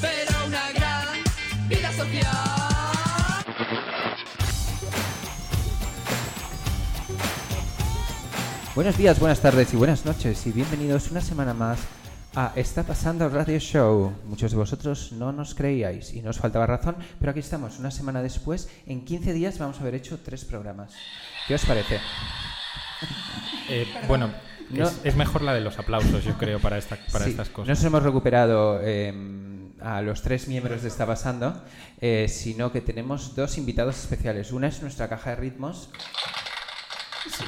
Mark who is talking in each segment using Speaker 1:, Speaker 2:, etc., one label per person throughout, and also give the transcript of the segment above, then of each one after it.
Speaker 1: Pero una gran vida social.
Speaker 2: Buenos días, buenas tardes y buenas noches y bienvenidos una semana más a Está pasando el Radio Show. Muchos de vosotros no nos creíais y no os faltaba razón, pero aquí estamos una semana después. En 15 días vamos a haber hecho tres programas. ¿Qué os parece?
Speaker 3: Eh, bueno,
Speaker 2: No.
Speaker 3: es, es mejor la de los aplausos, yo creo, para, esta, para
Speaker 2: Sí,
Speaker 3: estas cosas.
Speaker 2: Nos hemos recuperado eh, a los tres miembros de Está Pasando, eh, sino que tenemos dos invitados especiales. Una es nuestra caja de ritmos,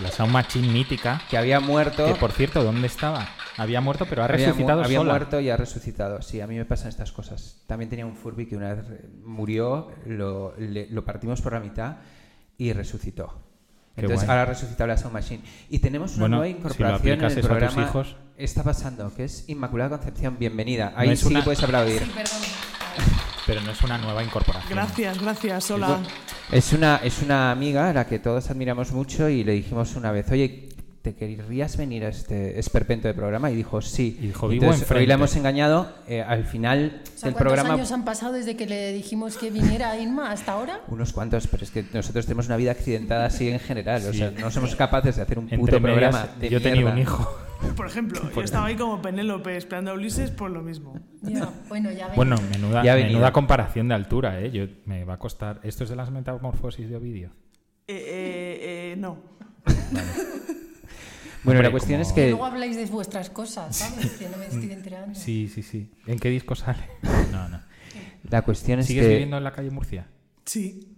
Speaker 3: La Sound Machine mítica,
Speaker 2: que había muerto.
Speaker 3: que por cierto, ¿dónde estaba? Había muerto, pero ha
Speaker 2: había mu-
Speaker 3: resucitado
Speaker 2: había
Speaker 3: sola.
Speaker 2: muerto y ha resucitado. Sí, a mí me pasan estas cosas. También tenía un Furby que una vez eh, murió, lo, le- lo partimos por la mitad y resucitó.
Speaker 3: Qué
Speaker 2: Entonces
Speaker 3: guay.
Speaker 2: ahora ha resucitado la Sound Machine. Y tenemos una
Speaker 3: Bueno,
Speaker 2: nueva
Speaker 3: si lo
Speaker 2: incorporación en
Speaker 3: aplicas
Speaker 2: el
Speaker 3: eso a tus
Speaker 2: programa.
Speaker 3: hijos.
Speaker 2: Está pasando, que es Inmaculada Concepción. Bienvenida. Ahí
Speaker 3: es
Speaker 2: sí
Speaker 3: una-
Speaker 2: puedes aplaudir.
Speaker 1: Sí, perdón.
Speaker 3: Pero no es una nueva incorporación.
Speaker 4: Gracias, gracias, hola.
Speaker 2: Es una, es una amiga a la que todos admiramos mucho y le dijimos una vez, oye, ¿te querrías venir a este esperpento de programa? Y dijo, sí.
Speaker 3: Y dijo, "Vivo
Speaker 2: Entonces, hoy
Speaker 3: enfrente".
Speaker 2: la hemos engañado. eh, al final
Speaker 5: O sea,
Speaker 2: del
Speaker 5: ¿Cuántos
Speaker 2: programa...
Speaker 5: años han pasado desde que le dijimos que viniera Inma hasta ahora?
Speaker 2: Unos cuantos, pero es que nosotros tenemos una vida accidentada así en general. O
Speaker 3: Sí.
Speaker 2: sea, no somos capaces de hacer un puto
Speaker 3: Entre medias,
Speaker 2: programa. de
Speaker 3: yo tenía
Speaker 2: mierda.
Speaker 3: un hijo.
Speaker 4: Por ejemplo, yo estaba ahí como Penélope esperando a Ulises por lo mismo.
Speaker 5: Ya, bueno, ya ven.
Speaker 3: Bueno, menuda,
Speaker 2: Ya ha venido.
Speaker 3: menuda comparación de altura, ¿eh? Yo, me va a costar... ¿Esto es de las metamorfosis de Ovidio?
Speaker 4: Eh, eh, eh, no.
Speaker 2: Bueno, la
Speaker 3: Hombre,
Speaker 2: cuestión
Speaker 3: como-
Speaker 2: es
Speaker 5: Y
Speaker 2: que...
Speaker 5: luego habláis de vuestras cosas, ¿sabes? Que no me estoy enterando.
Speaker 3: Sí, sí, sí. ¿En qué disco sale? No, no.
Speaker 2: La cuestión es
Speaker 3: ¿Sigues
Speaker 2: que...
Speaker 3: viviendo en la calle Murcia?
Speaker 4: Sí.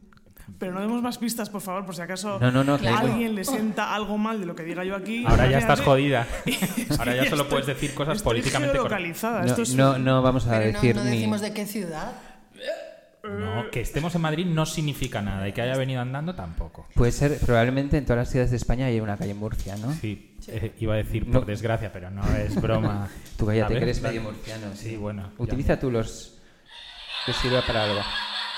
Speaker 4: Pero no demos más pistas, por favor, por si acaso
Speaker 2: No, no, no, que da igual.
Speaker 4: alguien le sienta algo mal de lo que diga yo aquí.
Speaker 3: Ahora ya estás
Speaker 4: Imagínate.
Speaker 3: jodida.
Speaker 4: Es
Speaker 3: Ahora
Speaker 4: que
Speaker 3: ya solo
Speaker 4: estoy-
Speaker 3: puedes decir cosas
Speaker 4: estoy
Speaker 3: políticamente correctas.
Speaker 4: geolocalizada,
Speaker 2: No,
Speaker 4: esto es-
Speaker 2: no, no vamos a
Speaker 5: Pero no-
Speaker 2: decir
Speaker 5: no,
Speaker 2: ni...
Speaker 5: decimos de qué ciudad.
Speaker 3: No, que estemos en Madrid no significa nada y que haya venido andando tampoco.
Speaker 2: Puede ser, probablemente en todas las ciudades de España hay una calle Murcia, ¿no?
Speaker 3: Sí, eh, iba a decir por
Speaker 2: No.
Speaker 3: desgracia, pero no es broma.
Speaker 2: Tú cállate,
Speaker 3: ¿Sabes?
Speaker 2: que eres medio murciano.
Speaker 3: Sí, bueno, ya
Speaker 2: Utiliza tú los que sirva para algo.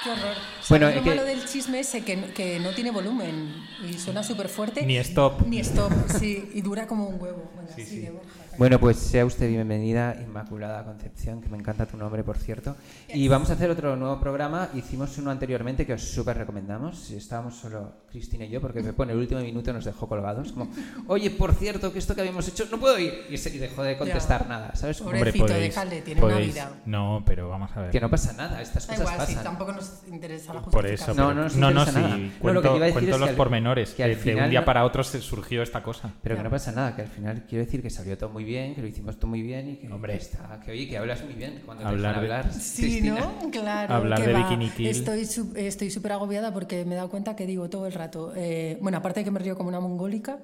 Speaker 5: Qué horror.
Speaker 2: Bueno,
Speaker 5: Bueno, lo
Speaker 2: que-
Speaker 5: malo del chisme es que, no- que no tiene volumen y suena súper fuerte.
Speaker 3: Ni stop.
Speaker 5: Ni stop, sí. Y dura como un huevo. Bueno, sigue, Borja.
Speaker 2: Bueno, pues sea usted bienvenida, Inmaculada Concepción, que me encanta tu nombre, por cierto. Y vamos a hacer otro nuevo programa. Hicimos uno anteriormente que os súper recomendamos. Estábamos solo Cristina y yo, porque me pone el último minuto nos dejó colgados. Como, oye, por cierto, que esto que habíamos hecho, no puedo ir. Y, se- y dejó de contestar
Speaker 5: Ya.
Speaker 2: nada, ¿sabes? Como,
Speaker 5: Pobre- Pobrecito, déjale, tiene una vida.
Speaker 3: No, pero vamos a ver.
Speaker 2: que no pasa nada, estas
Speaker 5: Da
Speaker 2: cosas
Speaker 5: igual, sí,
Speaker 2: pasan.
Speaker 5: tampoco nos interesa la
Speaker 3: Por
Speaker 5: justificación.
Speaker 3: eso,
Speaker 2: No,
Speaker 3: pero-
Speaker 2: no nos
Speaker 3: no, no,
Speaker 2: interesa
Speaker 3: sí,
Speaker 2: nada. No,
Speaker 3: Cuento,
Speaker 2: lo que te iba a decir
Speaker 3: cuento
Speaker 2: es que
Speaker 3: los
Speaker 2: al-
Speaker 3: pormenores.
Speaker 2: que al
Speaker 3: de- de
Speaker 2: final
Speaker 3: un día
Speaker 2: no-
Speaker 3: para otro se surgió esta cosa.
Speaker 2: Pero que no pasa nada, que al final quiero decir que salió todo muy bien, que lo hicimos todo muy bien y que
Speaker 3: Hombre.
Speaker 2: está, que oye, que hablas muy bien cuando
Speaker 3: Hablar
Speaker 2: te
Speaker 3: de-
Speaker 2: dejan hablar.
Speaker 5: Sí,
Speaker 2: Cristina.
Speaker 5: ¿no? Claro.
Speaker 3: Hablar
Speaker 5: que
Speaker 3: de
Speaker 5: va.
Speaker 3: Bikini Kill.
Speaker 5: Estoy su- estoy súper agobiada porque me he dado cuenta que digo todo el rato. eh, bueno, aparte de que me río como una mongólica,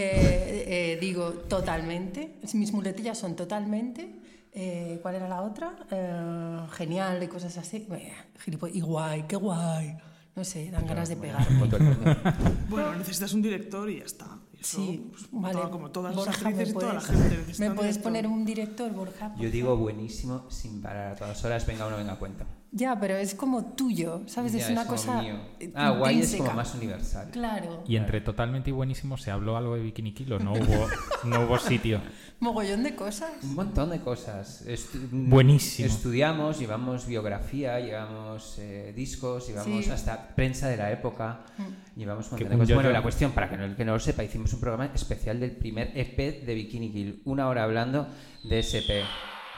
Speaker 5: eh, eh, digo totalmente. Mis muletillas son totalmente. eh, ¿Cuál era la otra? Eh, genial, y cosas así. Eh, gilipo- Y guay, qué guay. No sé, dan ganas de pegar.
Speaker 4: Bueno, necesitas un director y ya está. Y eso,
Speaker 5: Sí,
Speaker 4: pues,
Speaker 5: vale.
Speaker 4: toda- como todas las
Speaker 5: Borja, ¿me
Speaker 4: actrices y toda la
Speaker 5: puedes-
Speaker 4: gente.
Speaker 5: ¿Me
Speaker 4: necesitan
Speaker 5: puedes
Speaker 4: director.
Speaker 5: poner un director, Borja?
Speaker 2: Yo digo buenísimo sin parar a todas horas, venga uno, venga cuenta.
Speaker 5: Ya, pero es como tuyo, ¿sabes?
Speaker 2: Ya,
Speaker 5: Pues es una
Speaker 2: como
Speaker 5: cosa.
Speaker 2: mío.
Speaker 5: eh,
Speaker 2: Ah, guay es como
Speaker 5: intrínseca.
Speaker 2: más universal.
Speaker 5: Claro.
Speaker 3: Y entre totalmente y buenísimo se habló algo de Bikini Kill o no hubo, no hubo sitio.
Speaker 5: Mogollón de cosas.
Speaker 2: Un montón de cosas. Estu- mm,
Speaker 3: Buenísimo.
Speaker 2: Estudiamos, llevamos biografía, llevamos eh, discos, llevamos
Speaker 5: Sí. Mm.
Speaker 2: hasta prensa de la época, llevamos un montón
Speaker 3: Que
Speaker 2: de
Speaker 3: un
Speaker 2: cosas. Bueno,
Speaker 3: yo-yo.
Speaker 2: la cuestión, para que no, el que no lo sepa, hicimos un programa especial del primer EP de Bikini Kill, una hora hablando de ese EP.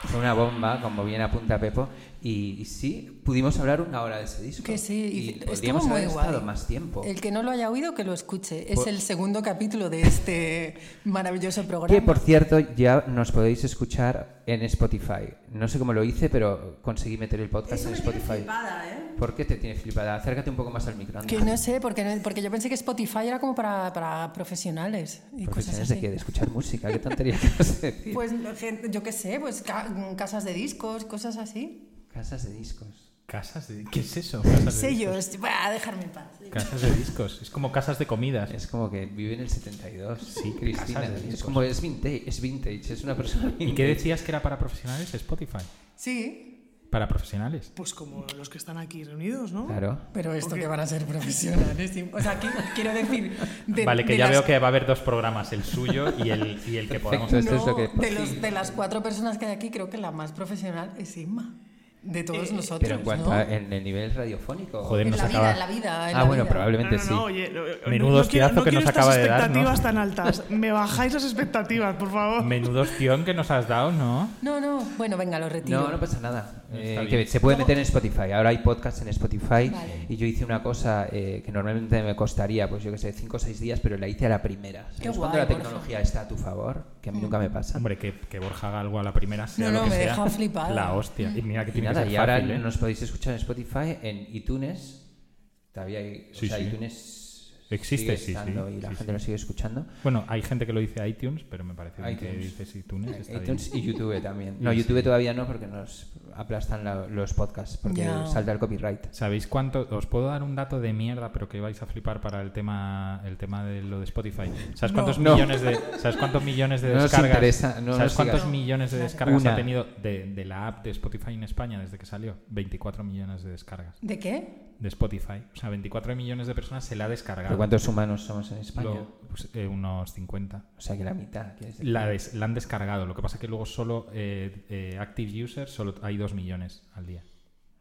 Speaker 2: Fue una bomba, como bien apunta Pepo, y, y sí, pudimos hablar una hora de ese disco.
Speaker 5: Que sí,
Speaker 2: y
Speaker 5: y
Speaker 2: podríamos
Speaker 5: estuvo muy
Speaker 2: haber
Speaker 5: guay.
Speaker 2: estado más tiempo.
Speaker 5: El que no lo haya oído, que lo escuche. Es
Speaker 2: Por-
Speaker 5: el segundo capítulo de este maravilloso programa.
Speaker 2: Que por cierto, ya nos podéis escuchar en Spotify. No sé cómo lo hice, pero conseguí meter el podcast en Spotify.
Speaker 5: ¿eh?
Speaker 2: ¿Por qué te tiene flipada? Acércate un poco más al micrófono.
Speaker 5: Que no sé, porque, no- porque yo pensé que Spotify era como para, para profesionales y cosas
Speaker 2: Profesionales
Speaker 5: así.
Speaker 2: de qué? De escuchar música. ¿Qué tontería acabas de decir?
Speaker 5: Pues gente- yo qué sé, pues ca- casas de discos, cosas así.
Speaker 2: Casas de discos.
Speaker 3: ¿Casas de... ¿Qué es eso? Casas de,
Speaker 5: Sellos, bah, dejarme en paz.
Speaker 3: casas de discos. Es como casas de comidas.
Speaker 2: Es como que vive en el 72.
Speaker 3: Sí,
Speaker 2: Cristina.
Speaker 3: casas de
Speaker 2: Es
Speaker 3: discos.
Speaker 2: como es vintage, es vintage, es una persona
Speaker 3: ¿Y qué
Speaker 2: vintage.
Speaker 3: decías que era para profesionales? Spotify.
Speaker 5: Sí,
Speaker 3: para profesionales.
Speaker 4: Pues como los que están aquí reunidos, ¿no?
Speaker 2: Claro.
Speaker 5: Pero esto
Speaker 4: Ok.
Speaker 5: que van a ser profesionales. sí. O sea, que- quiero decir. de-
Speaker 3: vale, que
Speaker 5: de
Speaker 3: ya
Speaker 5: las-
Speaker 3: veo que va a haber dos programas, el suyo y el, y el que podamos
Speaker 2: Perfecto. Esto es
Speaker 5: No,
Speaker 2: lo que-
Speaker 5: de, los- de las cuatro personas que hay aquí, creo que la más profesional es Inma. De
Speaker 3: Eh,
Speaker 5: todos nosotros.
Speaker 2: Pero en cuanto
Speaker 5: ¿no?
Speaker 2: a- en el nivel radiofónico.
Speaker 3: Joder,
Speaker 5: En
Speaker 3: nos
Speaker 5: la vida,
Speaker 3: acaba-
Speaker 5: en la vida. en
Speaker 2: ah,
Speaker 5: la vida.
Speaker 2: bueno,
Speaker 4: No,
Speaker 2: probablemente
Speaker 4: no,
Speaker 2: sí.
Speaker 4: no, oye, no, no,
Speaker 3: Menudo
Speaker 4: no
Speaker 3: hostiazo
Speaker 4: quiero, no
Speaker 3: que
Speaker 4: quiero
Speaker 3: nos
Speaker 4: estas
Speaker 3: acaba de dar, ¿no?
Speaker 4: expectativas tan altas. Me bajáis las expectativas, por favor.
Speaker 3: Menudo ostión que nos has dado, ¿no?
Speaker 5: No, no, bueno, venga, lo retiro.
Speaker 2: No, no pasa nada. Eh,
Speaker 3: Está
Speaker 2: que
Speaker 3: bien.
Speaker 2: se puede meter en Spotify. Ahora hay podcasts en Spotify.
Speaker 5: Vale.
Speaker 2: Y yo hice una cosa eh, que normalmente me costaría, pues yo que sé, 5 o 6 días, pero la hice a la primera. ¿Sabes
Speaker 5: Qué
Speaker 2: cuando
Speaker 5: guay,
Speaker 2: la
Speaker 5: Borja.
Speaker 2: tecnología está a tu favor? Que a mí nunca me pasa.
Speaker 3: Hombre, que, que Borja haga algo a la primera sea
Speaker 5: No,
Speaker 3: lo
Speaker 5: no,
Speaker 3: que
Speaker 5: me
Speaker 3: sea.
Speaker 5: deja flipada.
Speaker 3: La hostia. Y mira que
Speaker 2: Y
Speaker 3: tiene
Speaker 2: nada,
Speaker 3: que ser
Speaker 2: y ahora
Speaker 3: fácil, ¿eh?
Speaker 2: nos podéis escuchar en Spotify, en iTunes. Todavía hay, o
Speaker 3: Sí,
Speaker 2: sea,
Speaker 3: sí.
Speaker 2: iTunes
Speaker 3: Existe,
Speaker 2: sigue
Speaker 3: sí, sí.
Speaker 2: estando Y la
Speaker 3: Sí,
Speaker 2: gente
Speaker 3: sí.
Speaker 2: lo sigue escuchando.
Speaker 3: Bueno, hay gente que lo dice iTunes, pero me parece bien que
Speaker 2: iTunes.
Speaker 3: dices iTunes. está bien.
Speaker 2: iTunes y YouTube también. No, YouTube todavía no porque nos aplastan la- los podcasts, porque
Speaker 5: Ya.
Speaker 2: salta el copyright.
Speaker 3: ¿Sabéis cuánto? Os puedo dar un dato de mierda, pero que vais a flipar para el tema, el tema de lo de Spotify. ¿Sabes cuántos
Speaker 2: No.
Speaker 3: millones de, ¿sabes cuántos millones de
Speaker 2: No nos
Speaker 3: descargas?
Speaker 2: interesa, no
Speaker 3: ¿Sabes
Speaker 2: nos
Speaker 3: cuántos
Speaker 2: sigas.
Speaker 3: millones de descargas
Speaker 2: Una.
Speaker 3: ha tenido de, de la app de Spotify en España desde que salió? 24 millones de descargas
Speaker 5: ¿De qué?
Speaker 3: de Spotify. O sea, 24 millones de personas se la ha descargado.
Speaker 2: ¿Pero cuántos humanos somos en España?
Speaker 3: Lo- pues, eh, unos 50.
Speaker 2: O sea que la mitad. quiere decir.
Speaker 3: La, des- la han descargado. Lo que pasa es que luego solo eh, eh, active users solo hay 2 millones al día.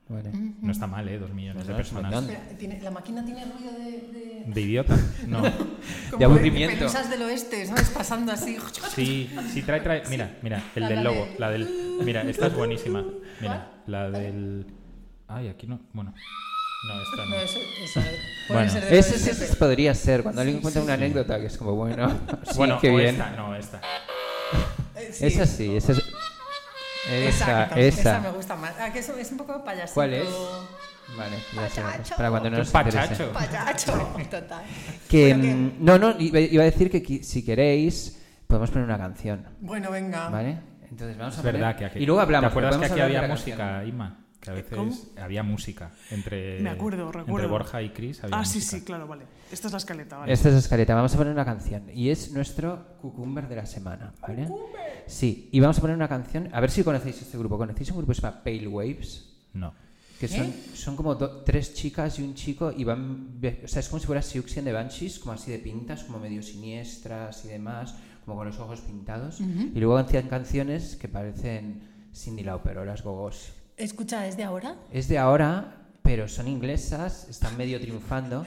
Speaker 2: Vale.
Speaker 3: No está mal, ¿eh? 2 millones
Speaker 2: Pues
Speaker 3: de
Speaker 2: no, es un
Speaker 3: personas.
Speaker 2: montón.
Speaker 5: Espera, ¿tiene- ¿La máquina tiene ruido de...? de...
Speaker 3: ¿De idiota? No.
Speaker 5: como
Speaker 2: De aburrimiento.
Speaker 5: pelusas del oeste, ¿sabes? Pasando así.
Speaker 3: Sí, sí, trae, trae. Mira, mira, el
Speaker 5: La-
Speaker 3: del
Speaker 5: la
Speaker 3: lobo.
Speaker 5: del-
Speaker 3: La del. Mira, esta es buenísima. Mira, la del. Ay, aquí no. Bueno. No, esta
Speaker 5: No,
Speaker 3: no.
Speaker 5: eso, eso, puede
Speaker 3: Bueno.
Speaker 5: ser de
Speaker 2: Ese,
Speaker 5: oeste,
Speaker 2: ese
Speaker 5: pero-
Speaker 2: podría ser, cuando alguien cuenta una anécdota que es como, bueno, sí,
Speaker 3: Bueno,
Speaker 2: qué
Speaker 3: o
Speaker 2: bien.
Speaker 3: esta, no, esta.
Speaker 5: eh, sí.
Speaker 2: Esa sí, esa es... Esa,
Speaker 5: Exacto,
Speaker 2: esa.
Speaker 5: me gusta más. Ah, que eso es un poco payasito.
Speaker 2: ¿Cuál es? Vale, ya sabemos, para cuando no
Speaker 3: Qué
Speaker 2: nos interese.
Speaker 3: pachacho.
Speaker 5: Payacho, total.
Speaker 2: Que,
Speaker 5: Bueno, que-
Speaker 2: mm, no, no, iba iba a decir que qui- si queréis podemos poner una canción,
Speaker 5: Bueno, venga.
Speaker 2: ¿vale? Entonces vamos a
Speaker 3: Es
Speaker 2: poner...
Speaker 3: verdad que aquí.
Speaker 2: y luego hablamos.
Speaker 3: ¿Te acuerdas que
Speaker 2: podemos
Speaker 3: aquí
Speaker 2: hablar de
Speaker 3: había
Speaker 2: la canción.
Speaker 3: música, Ima? Que a veces
Speaker 4: ¿Cómo?
Speaker 3: había música entre.
Speaker 4: Me acuerdo,
Speaker 3: Eh, Entre
Speaker 4: recuerdo.
Speaker 3: Borja y Chris había
Speaker 4: Ah, sí,
Speaker 3: música.
Speaker 4: sí, claro, vale. Esta es la escaleta, vale.
Speaker 2: Esta Este es la escaleta, vamos a poner una canción. Y es nuestro cucumber de la semana, ¿vale? Sí, y vamos a poner una canción. A ver si conocéis este grupo. ¿Conocéis un grupo que se llama Pale Waves?
Speaker 3: No.
Speaker 2: Que
Speaker 5: ¿Eh?
Speaker 2: son, son como do- tres chicas y un chico y van... ve- O sea, es como si fuera Siouxian de Banshees, como así de pintas, como medio siniestras y demás, como con los ojos pintados. Y luego hacían canciones que parecen Cindy Lauper o las Gogos.
Speaker 5: Escucha, ¿es de ahora?
Speaker 2: Es de ahora, pero son inglesas, están medio triunfando.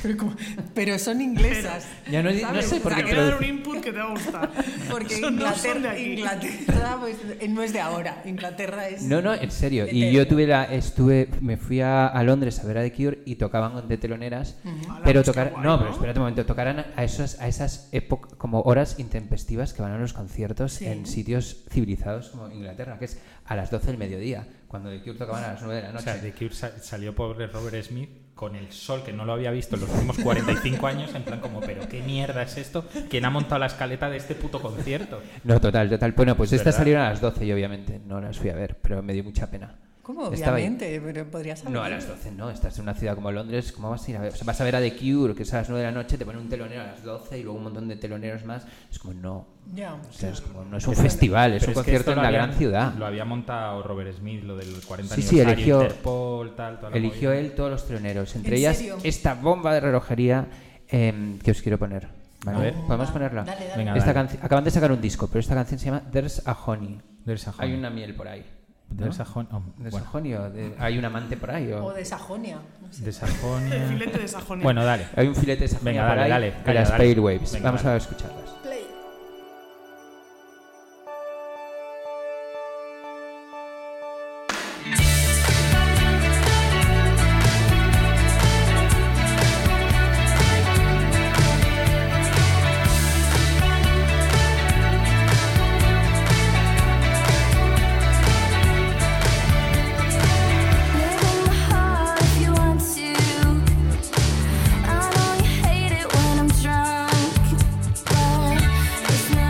Speaker 5: Pero, como- pero son inglesas.
Speaker 2: Ya no, no
Speaker 5: ¿Sabes?
Speaker 2: sé por
Speaker 5: O
Speaker 2: qué...
Speaker 5: sea,
Speaker 4: Quiero dar
Speaker 2: introducí-
Speaker 4: un input que te va a gustar.
Speaker 5: Porque
Speaker 4: Son- no son de
Speaker 5: Inglaterra,
Speaker 4: aquí.
Speaker 5: Inglaterra pues, eh, no es de ahora. Inglaterra es.
Speaker 2: No, no, en serio.
Speaker 5: De
Speaker 2: Y
Speaker 5: tele.
Speaker 2: yo tuve la, estuve, me fui a, a Londres a ver a The Cure y tocaban de teloneras,
Speaker 4: Ala,
Speaker 2: pero
Speaker 4: pues qué
Speaker 2: tocar,
Speaker 4: guay,
Speaker 2: no,
Speaker 4: ¿no?
Speaker 2: pero espérate un momento, tocarán a esas, a esas época- como horas intempestivas que van a los conciertos
Speaker 5: Sí.
Speaker 2: en sitios civilizados como Inglaterra, que es a las 12 del mediodía, cuando The Cure tocaban a las 9 de la
Speaker 3: O
Speaker 2: noche.
Speaker 3: sea, de que sa- salió pobre Robert Smith con el sol que no lo había visto en los últimos 45 años, en plan como, pero qué mierda es esto, ¿quién ha montado la escaleta de este puto concierto?
Speaker 2: No, total, total. Bueno, pues
Speaker 3: Es
Speaker 2: estas
Speaker 3: verdad.
Speaker 2: salieron a las 12 y obviamente no las fui a ver, pero me dio mucha pena.
Speaker 5: ¿Cómo?
Speaker 2: Estaba ahí.
Speaker 5: Obviamente, pero podrías saber.
Speaker 2: No, a las 12 no. Estás en una ciudad como Londres, ¿cómo vas a ir a ver? O sea, vas a ver a The Cure, que es a las 9 de la noche, te ponen un telonero a las 12 y luego un montón de teloneros más. Es como, no.
Speaker 5: Ya.
Speaker 2: O sea, es como, no es un festival, es
Speaker 3: Pero
Speaker 2: un
Speaker 3: que esto
Speaker 2: concierto en
Speaker 3: lo
Speaker 2: la
Speaker 3: habían-
Speaker 2: gran ciudad.
Speaker 3: Lo había montado Robert Smith, lo del 40
Speaker 2: Sí, sí,
Speaker 3: aniversario,
Speaker 2: eligió-
Speaker 3: Interpol, tal, toda la
Speaker 2: Eligió
Speaker 3: movida.
Speaker 2: él todos los teloneros, entre
Speaker 5: ¿En
Speaker 2: ellas
Speaker 5: serio?
Speaker 2: esta bomba de relojería em, que os quiero poner. ¿vale?
Speaker 3: A ver.
Speaker 2: ¿Podemos ponerla?
Speaker 5: Dale, dale.
Speaker 3: Venga,
Speaker 2: Esta
Speaker 3: dale.
Speaker 2: canci- Acaban de sacar un disco, pero esta canción se llama There's a Honey.
Speaker 3: There's a
Speaker 2: Hay
Speaker 3: honey.
Speaker 2: una miel por ahí.
Speaker 3: There's a honey- oh,
Speaker 2: ¿There's
Speaker 3: bueno.
Speaker 2: a honey o de- hay un amante por ahí? o-
Speaker 5: O de Sajonia. No sé.
Speaker 3: There's a honey.
Speaker 4: El filete de Sajonia.
Speaker 3: Bueno, dale.
Speaker 2: Hay un filete de esa
Speaker 3: Venga,
Speaker 2: por
Speaker 3: dale,
Speaker 2: ahí,
Speaker 3: dale,
Speaker 2: de
Speaker 3: calla,
Speaker 2: las
Speaker 3: dale.
Speaker 2: Pale Waves.
Speaker 3: Venga,
Speaker 2: Vamos
Speaker 3: dale.
Speaker 2: a escucharlas.
Speaker 5: Play.
Speaker 6: I know you hate it when I'm drunk, but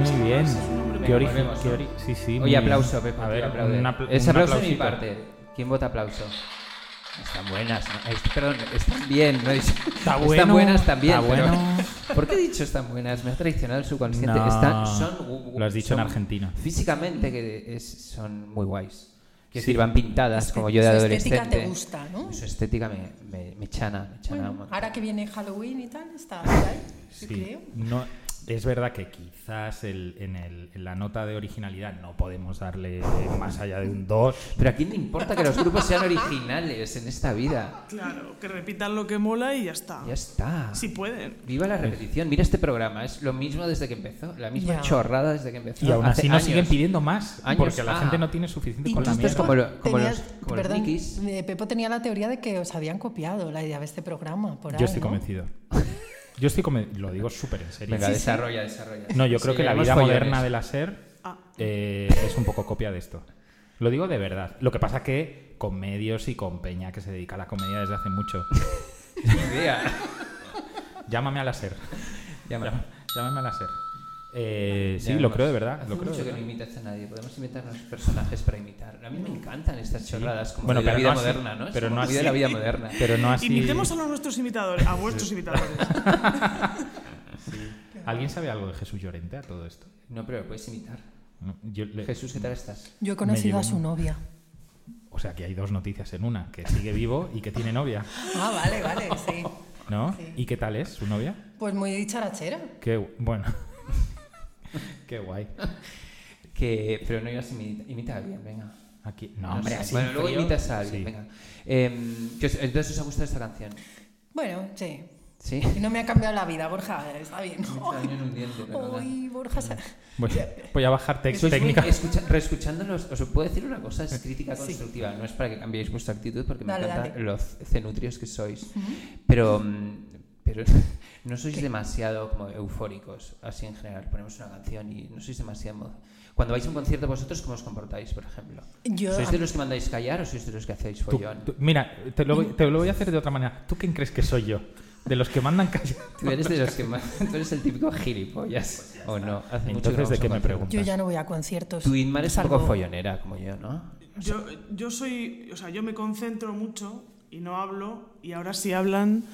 Speaker 3: muy bien. Qué
Speaker 2: Venga,
Speaker 3: origen.
Speaker 2: volvemos,
Speaker 3: qué
Speaker 2: ¿no?
Speaker 3: ori- sí, sí, muy
Speaker 2: Oye,
Speaker 3: bien.
Speaker 2: aplauso, Pepe.
Speaker 3: A ver,
Speaker 2: aplaude.
Speaker 3: un apl-
Speaker 2: es
Speaker 3: un
Speaker 2: aplauso de mi
Speaker 3: aplausito.
Speaker 2: parte. ¿Quién vota aplauso? Están buenas. ¿no? Es- Perdón, están bien. ¿no? Es- están
Speaker 3: bueno,
Speaker 2: buenas también.
Speaker 3: está
Speaker 2: pero-
Speaker 3: bueno.
Speaker 2: ¿Por qué he dicho están buenas? Me ha traicionado el subconsciente.
Speaker 3: No,
Speaker 2: Están- son,
Speaker 3: lo has dicho
Speaker 2: son-
Speaker 3: en Argentina.
Speaker 2: Físicamente que es- son muy guays. Que
Speaker 3: Sí.
Speaker 2: decir, van pintadas como yo de
Speaker 5: Su
Speaker 2: adolescente. Pues
Speaker 5: estética te gusta, ¿no?
Speaker 2: Su estética me, me, me chana. Me chana un
Speaker 5: Bueno,
Speaker 2: montón.
Speaker 5: ahora que viene Halloween y tal, está guay, yo creo.
Speaker 3: No, es verdad que quizás el- en, el- en la nota de originalidad no podemos darle más allá de un 2.
Speaker 2: Pero a quién le importa que los grupos sean originales en esta vida.
Speaker 4: Claro, que repitan lo que mola y ya está.
Speaker 2: Ya está.
Speaker 4: Si pueden.
Speaker 2: Viva la repetición. Mira este programa, es lo mismo desde que empezó, la misma
Speaker 5: Ya.
Speaker 2: chorrada desde que empezó.
Speaker 3: Y aún
Speaker 2: Hace
Speaker 3: así nos
Speaker 2: años.
Speaker 3: siguen pidiendo más.
Speaker 2: Años.
Speaker 3: Porque la
Speaker 2: Ah.
Speaker 3: gente no tiene suficiente con la
Speaker 5: Incluso
Speaker 2: Esto es
Speaker 3: mierda.
Speaker 2: como lo- como
Speaker 5: tenías-
Speaker 2: los- como los
Speaker 5: perdón,
Speaker 2: nikis.
Speaker 5: eh, Pepo tenía la teoría de que os habían copiado la idea de este programa. Por ahí,
Speaker 3: Yo estoy
Speaker 5: ¿no?
Speaker 3: convencido. Yo estoy convencido. Lo digo súper en serio.
Speaker 2: Venga, desarrolla, desarrolla.
Speaker 3: No, yo creo que la vida moderna de
Speaker 2: la...
Speaker 3: la SER
Speaker 4: Ah.
Speaker 3: eh, es un poco copia de esto. Lo digo de verdad. Lo que pasa que con medios y con peña que se dedica a la comedia desde hace mucho. Llámame a la SER.
Speaker 2: Llámame.
Speaker 3: Llámame a la SER. Eh, sí,
Speaker 2: Ya
Speaker 3: lo
Speaker 2: vemos.
Speaker 3: creo de verdad.
Speaker 2: Hace
Speaker 3: Lo creo
Speaker 2: mucho
Speaker 3: de
Speaker 2: que no
Speaker 3: verdad.
Speaker 2: imitas a nadie. Podemos inventarnos personajes para imitar. A mí me encantan estas chorradas como
Speaker 3: Bueno,
Speaker 2: de la
Speaker 3: pero
Speaker 2: vida
Speaker 3: no así.
Speaker 2: moderna, ¿no? Es
Speaker 3: Pero
Speaker 2: como
Speaker 3: no
Speaker 2: muy de
Speaker 3: así.
Speaker 2: la vida moderna.
Speaker 3: Pero no así.
Speaker 4: Imitemos a los nuestros imitadores, a vuestros imitadores.
Speaker 3: ¿Alguien sabe algo de Jesús Llorente a todo esto?
Speaker 2: No, pero lo puedes imitar.
Speaker 3: No, yo le-
Speaker 2: Jesús, ¿qué tal estás?
Speaker 5: Yo he
Speaker 3: Me llevo
Speaker 5: conocido a su
Speaker 3: un-
Speaker 5: novia.
Speaker 3: O sea, que hay dos noticias en una: que sigue vivo y que tiene novia.
Speaker 5: Ah, vale, vale, sí.
Speaker 3: ¿No?
Speaker 5: Sí.
Speaker 3: ¿Y qué tal es su novia?
Speaker 5: Pues muy dicharachera.
Speaker 3: Qué gu- bueno. Qué guay.
Speaker 2: Que, pero no ibas a imitar, imita a alguien, venga.
Speaker 3: Aquí.
Speaker 2: No
Speaker 3: No, hombre,
Speaker 2: sé.
Speaker 3: así.
Speaker 2: Bueno, luego
Speaker 3: frío,
Speaker 2: imitas a alguien,
Speaker 3: sí.
Speaker 2: venga. Em, que os- entonces os ha gustado esta canción,
Speaker 5: Bueno, sí.
Speaker 2: ¿sí?
Speaker 5: Y no me ha cambiado la vida, Borja, está bien.
Speaker 2: Me hizo daño en un diente, perdona.
Speaker 5: Uy, Borja, se-
Speaker 3: Voy, voy a bajar tec-
Speaker 2: Sois muy-
Speaker 3: técnica.
Speaker 2: escucha- reescuchándolos, os puedo decir una cosa, es crítica constructiva, no es para que cambiéis vuestra actitud porque me
Speaker 5: Dale,
Speaker 2: encantan
Speaker 5: dale.
Speaker 2: los cenutrios que sois, pero, mm, pero no sois demasiado como eufóricos, así en general, ponemos una canción y no sois demasiado... emo- Cuando vais a un concierto vosotros, ¿cómo os comportáis, por ejemplo?
Speaker 5: Yo-
Speaker 2: ¿Sois de los que mandáis callar o sois de los que hacéis
Speaker 3: Tú-
Speaker 2: follón?
Speaker 3: tú- mira, te lo, voy- te lo voy a hacer de otra manera. ¿Tú quién crees que soy yo? De los que mandan callar.
Speaker 2: Tú eres de los que más- tú eres el típico gilipollas, ¿o no? Hace mucho
Speaker 3: Entonces, ¿de
Speaker 2: vamos a
Speaker 3: qué me
Speaker 2: conciertos.
Speaker 3: preguntas?
Speaker 5: Yo ya no voy a conciertos.
Speaker 2: Tu Inmar es un poco
Speaker 5: Salvo-
Speaker 2: follonera, como yo, ¿no?
Speaker 4: Yo, yo soy, o sea, yo me concentro mucho y no hablo, y ahora si hablan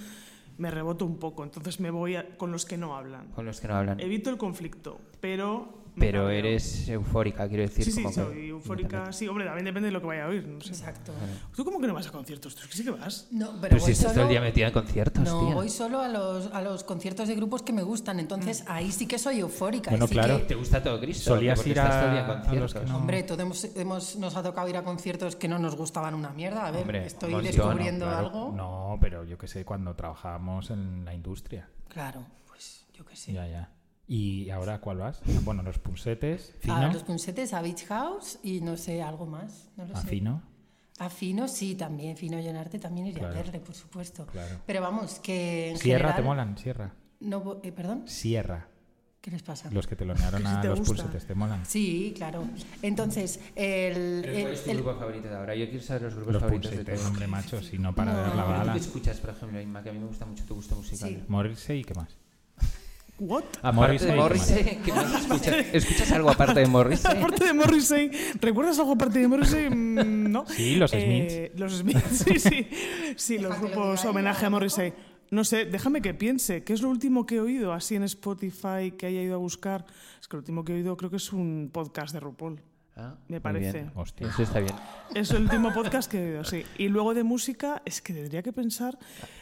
Speaker 4: me reboto un poco, entonces me voy a- con los que no hablan.
Speaker 2: Con los que no hablan.
Speaker 4: Evito el conflicto, pero... me
Speaker 2: Pero
Speaker 4: cabreo.
Speaker 2: eres eufórica, quiero decir.
Speaker 4: Sí, sí,
Speaker 2: como que-
Speaker 4: soy eufórica. Sí, hombre, también depende de lo que vaya a oír. No sé.
Speaker 5: Exacto.
Speaker 4: ¿Tú cómo que no vas a conciertos? ¿Tú es que sí que vas?
Speaker 5: No, pero,
Speaker 2: Pero
Speaker 5: voy
Speaker 2: si estás todo
Speaker 5: solo-
Speaker 2: el día metida en conciertos,
Speaker 5: No,
Speaker 2: tía.
Speaker 5: voy solo a los, a los conciertos de grupos que me gustan, entonces ahí sí que soy eufórica. ahí
Speaker 3: Mm. Bueno,
Speaker 5: sí
Speaker 3: claro.
Speaker 5: que-
Speaker 2: ¿Te gusta todo Cristo?
Speaker 3: Solías
Speaker 2: Porque
Speaker 3: ir
Speaker 2: estás
Speaker 3: a-
Speaker 2: todo el día en
Speaker 3: a los
Speaker 2: conciertos.
Speaker 3: que no.
Speaker 5: Hombre, todos hemos, hemos- nos ha tocado ir a conciertos que no nos gustaban una mierda. A ver,
Speaker 2: Hombre,
Speaker 5: estoy
Speaker 2: hemos ido,
Speaker 5: descubriendo
Speaker 3: Claro,
Speaker 5: algo.
Speaker 3: No, pero yo qué sé, cuando trabajábamos en la industria.
Speaker 5: Claro, pues yo qué sé.
Speaker 3: Ya, ya. ¿Y ahora cuál vas? Bueno, los punsetes, fino.
Speaker 5: A Ah, los punsetes, a Beach House y no sé, algo más. No lo
Speaker 3: a
Speaker 5: sé.
Speaker 3: fino.
Speaker 5: A Fino sí, también. Fino Llenarte también iría
Speaker 3: Claro.
Speaker 5: a verle, por supuesto.
Speaker 3: Claro.
Speaker 5: Pero vamos, que en
Speaker 3: Sierra,
Speaker 5: general...
Speaker 3: ¿te molan? Sierra.
Speaker 5: No, vo- eh, ¿Perdón?
Speaker 3: Sierra.
Speaker 5: ¿Qué les pasa?
Speaker 3: Los que te lonearon
Speaker 4: Que si
Speaker 3: a
Speaker 4: te
Speaker 3: los
Speaker 4: gusta.
Speaker 3: pulsetes, ¿te molan?
Speaker 5: Sí, claro. Entonces, el... el-
Speaker 2: ¿Cuál es tu
Speaker 5: el-
Speaker 2: grupo favorito de ahora? Yo quiero saber los grupos
Speaker 3: Los
Speaker 2: favoritos de
Speaker 3: pulsetes,
Speaker 2: todos.
Speaker 3: hombre macho, si no para de dar la
Speaker 2: Pero ¿Tú
Speaker 3: bala.
Speaker 2: qué escuchas, por ejemplo, Inma? Que a mí me gusta mucho tu gusto musical.
Speaker 5: Sí.
Speaker 3: Morirse y qué más.
Speaker 4: ¿What?
Speaker 2: Aparte de
Speaker 3: Morrissey,
Speaker 2: Morrissey, ¿qué más escuchas? ¿Escuchas algo aparte de Morrissey?
Speaker 4: Aparte de Morrissey, ¿recuerdas algo aparte de Morrissey? Mm, No.
Speaker 3: Sí, los
Speaker 4: Smiths. Los Smiths, sí, sí. Sí, los
Speaker 5: Deja que lo
Speaker 4: grupos
Speaker 5: diga
Speaker 4: homenaje
Speaker 5: ella,
Speaker 4: a
Speaker 5: ¿no?
Speaker 4: Morrissey. No sé, déjame que piense. ¿Qué es lo último que he oído así en Spotify que haya ido a buscar? Es que lo último que he oído creo que es un podcast de RuPaul.
Speaker 2: Ah,
Speaker 4: Me
Speaker 2: muy
Speaker 4: parece.
Speaker 2: bien.
Speaker 3: Hostia.
Speaker 2: Eso está bien.
Speaker 4: Es el último podcast que he oído, sí. Y luego de música, es que tendría que pensar.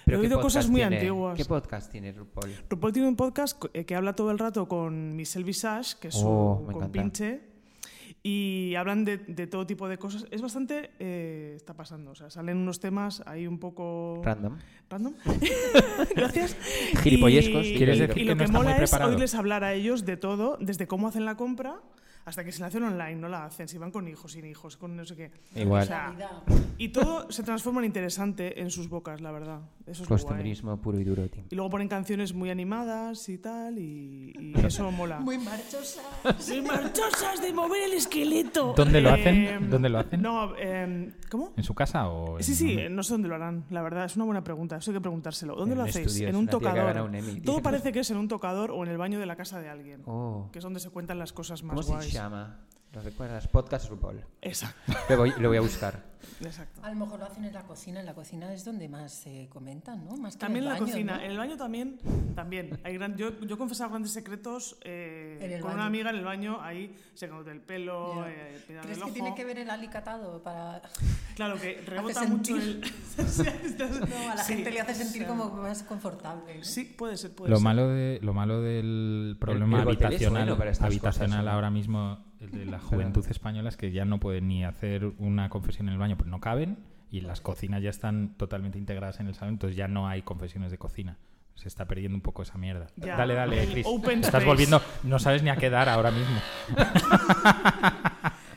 Speaker 2: Pero
Speaker 4: he
Speaker 2: ¿qué
Speaker 4: oído cosas
Speaker 2: podcast
Speaker 4: muy
Speaker 2: tiene-
Speaker 4: antiguas.
Speaker 2: ¿Qué podcast tiene RuPaul?
Speaker 4: RuPaul tiene un podcast co- eh, que habla todo el rato con Michelle Visage, que es su
Speaker 2: Oh, me encanta.
Speaker 4: compinche, y hablan de, de todo tipo de cosas. Es bastante... eh, está pasando, o sea, salen unos temas ahí un poco...
Speaker 2: Random.
Speaker 4: Random. Gracias.
Speaker 2: Gilipollescos,
Speaker 4: Y-
Speaker 2: ¿quieres
Speaker 4: y-
Speaker 3: decir
Speaker 4: y
Speaker 3: que
Speaker 4: lo
Speaker 3: no
Speaker 4: que,
Speaker 3: está
Speaker 4: mola
Speaker 3: muy
Speaker 4: es
Speaker 3: preparado?
Speaker 4: oírles hablar a ellos de todo, desde cómo hacen la compra hasta que se la hacen online, no la hacen, si van con hijos, sin hijos, con no sé qué.
Speaker 2: Igual.
Speaker 4: O sea, y todo se transforma en interesante en sus bocas, la verdad. Eso es muy guay.
Speaker 2: Costumbrismo puro y duro, Tim.
Speaker 4: Y luego ponen canciones muy animadas y tal, y, y eso mola.
Speaker 5: Muy marchosa.
Speaker 4: ¡Sí, marchosas de mover el esqueleto!
Speaker 3: ¿Dónde lo
Speaker 4: Eh,
Speaker 3: hacen? ¿Dónde lo hacen?
Speaker 4: No, eh, ¿cómo?
Speaker 3: ¿En su casa o en
Speaker 4: Sí, sí,
Speaker 3: dónde?
Speaker 4: no sé dónde lo harán, la verdad, es una buena pregunta, eso hay que preguntárselo. ¿Dónde
Speaker 2: En
Speaker 4: lo
Speaker 2: un
Speaker 4: hacéis?
Speaker 2: estudio,
Speaker 4: en
Speaker 2: es
Speaker 4: un
Speaker 2: una tía que ha
Speaker 4: tocador.
Speaker 2: ganado un Emmy,
Speaker 4: Todo
Speaker 2: tío.
Speaker 4: parece que es en un tocador o en el baño de la casa de alguien,
Speaker 2: Oh,
Speaker 4: que es donde se cuentan las cosas más
Speaker 2: ¿Cómo se
Speaker 4: guays.
Speaker 2: llama? ¿Lo recuerdas? Podcast RuPaul.
Speaker 4: Exacto,
Speaker 2: Lo voy, lo voy a buscar.
Speaker 4: exacto.
Speaker 5: A lo mejor lo hacen en la cocina. En la cocina es donde más se comentan, ¿no? Más que
Speaker 4: También en
Speaker 5: el
Speaker 4: la
Speaker 5: baño,
Speaker 4: cocina,
Speaker 5: ¿no?
Speaker 4: en el baño también, también. Hay gran, yo, yo he confesado grandes secretos eh,
Speaker 5: En el
Speaker 4: con
Speaker 5: baño.
Speaker 4: una amiga en el baño, ahí secándote el pelo,
Speaker 5: Ya.
Speaker 4: eh, peinando
Speaker 5: ¿Crees
Speaker 4: el
Speaker 5: que
Speaker 4: ojo.
Speaker 5: tiene que ver el alicatado para...?
Speaker 4: Claro, que rebota
Speaker 5: Hace
Speaker 4: mucho el...
Speaker 5: sentir. No, a la
Speaker 4: Sí,
Speaker 5: gente le hace
Speaker 4: o
Speaker 5: sentir
Speaker 4: sea,
Speaker 5: como más confortable. ¿no?
Speaker 4: Sí, puede ser, puede
Speaker 3: Lo
Speaker 4: ser.
Speaker 3: malo, de, lo malo del problema
Speaker 2: Pues, el hotel es
Speaker 3: habitacional,
Speaker 2: bueno para estas
Speaker 3: habitacional
Speaker 2: cosas, ¿eh? ¿no?
Speaker 3: ahora mismo el de la juventud española es que ya no pueden ni hacer una confesión en el baño, pues no caben y las cocinas ya están totalmente integradas en el salón, entonces ya no hay confesiones de cocina. Se está perdiendo un poco esa mierda.
Speaker 4: Ya.
Speaker 3: Dale, dale,
Speaker 4: El
Speaker 3: Chris.
Speaker 4: open
Speaker 3: Estás
Speaker 4: space.
Speaker 3: volviendo, no sabes ni a qué dar ahora mismo.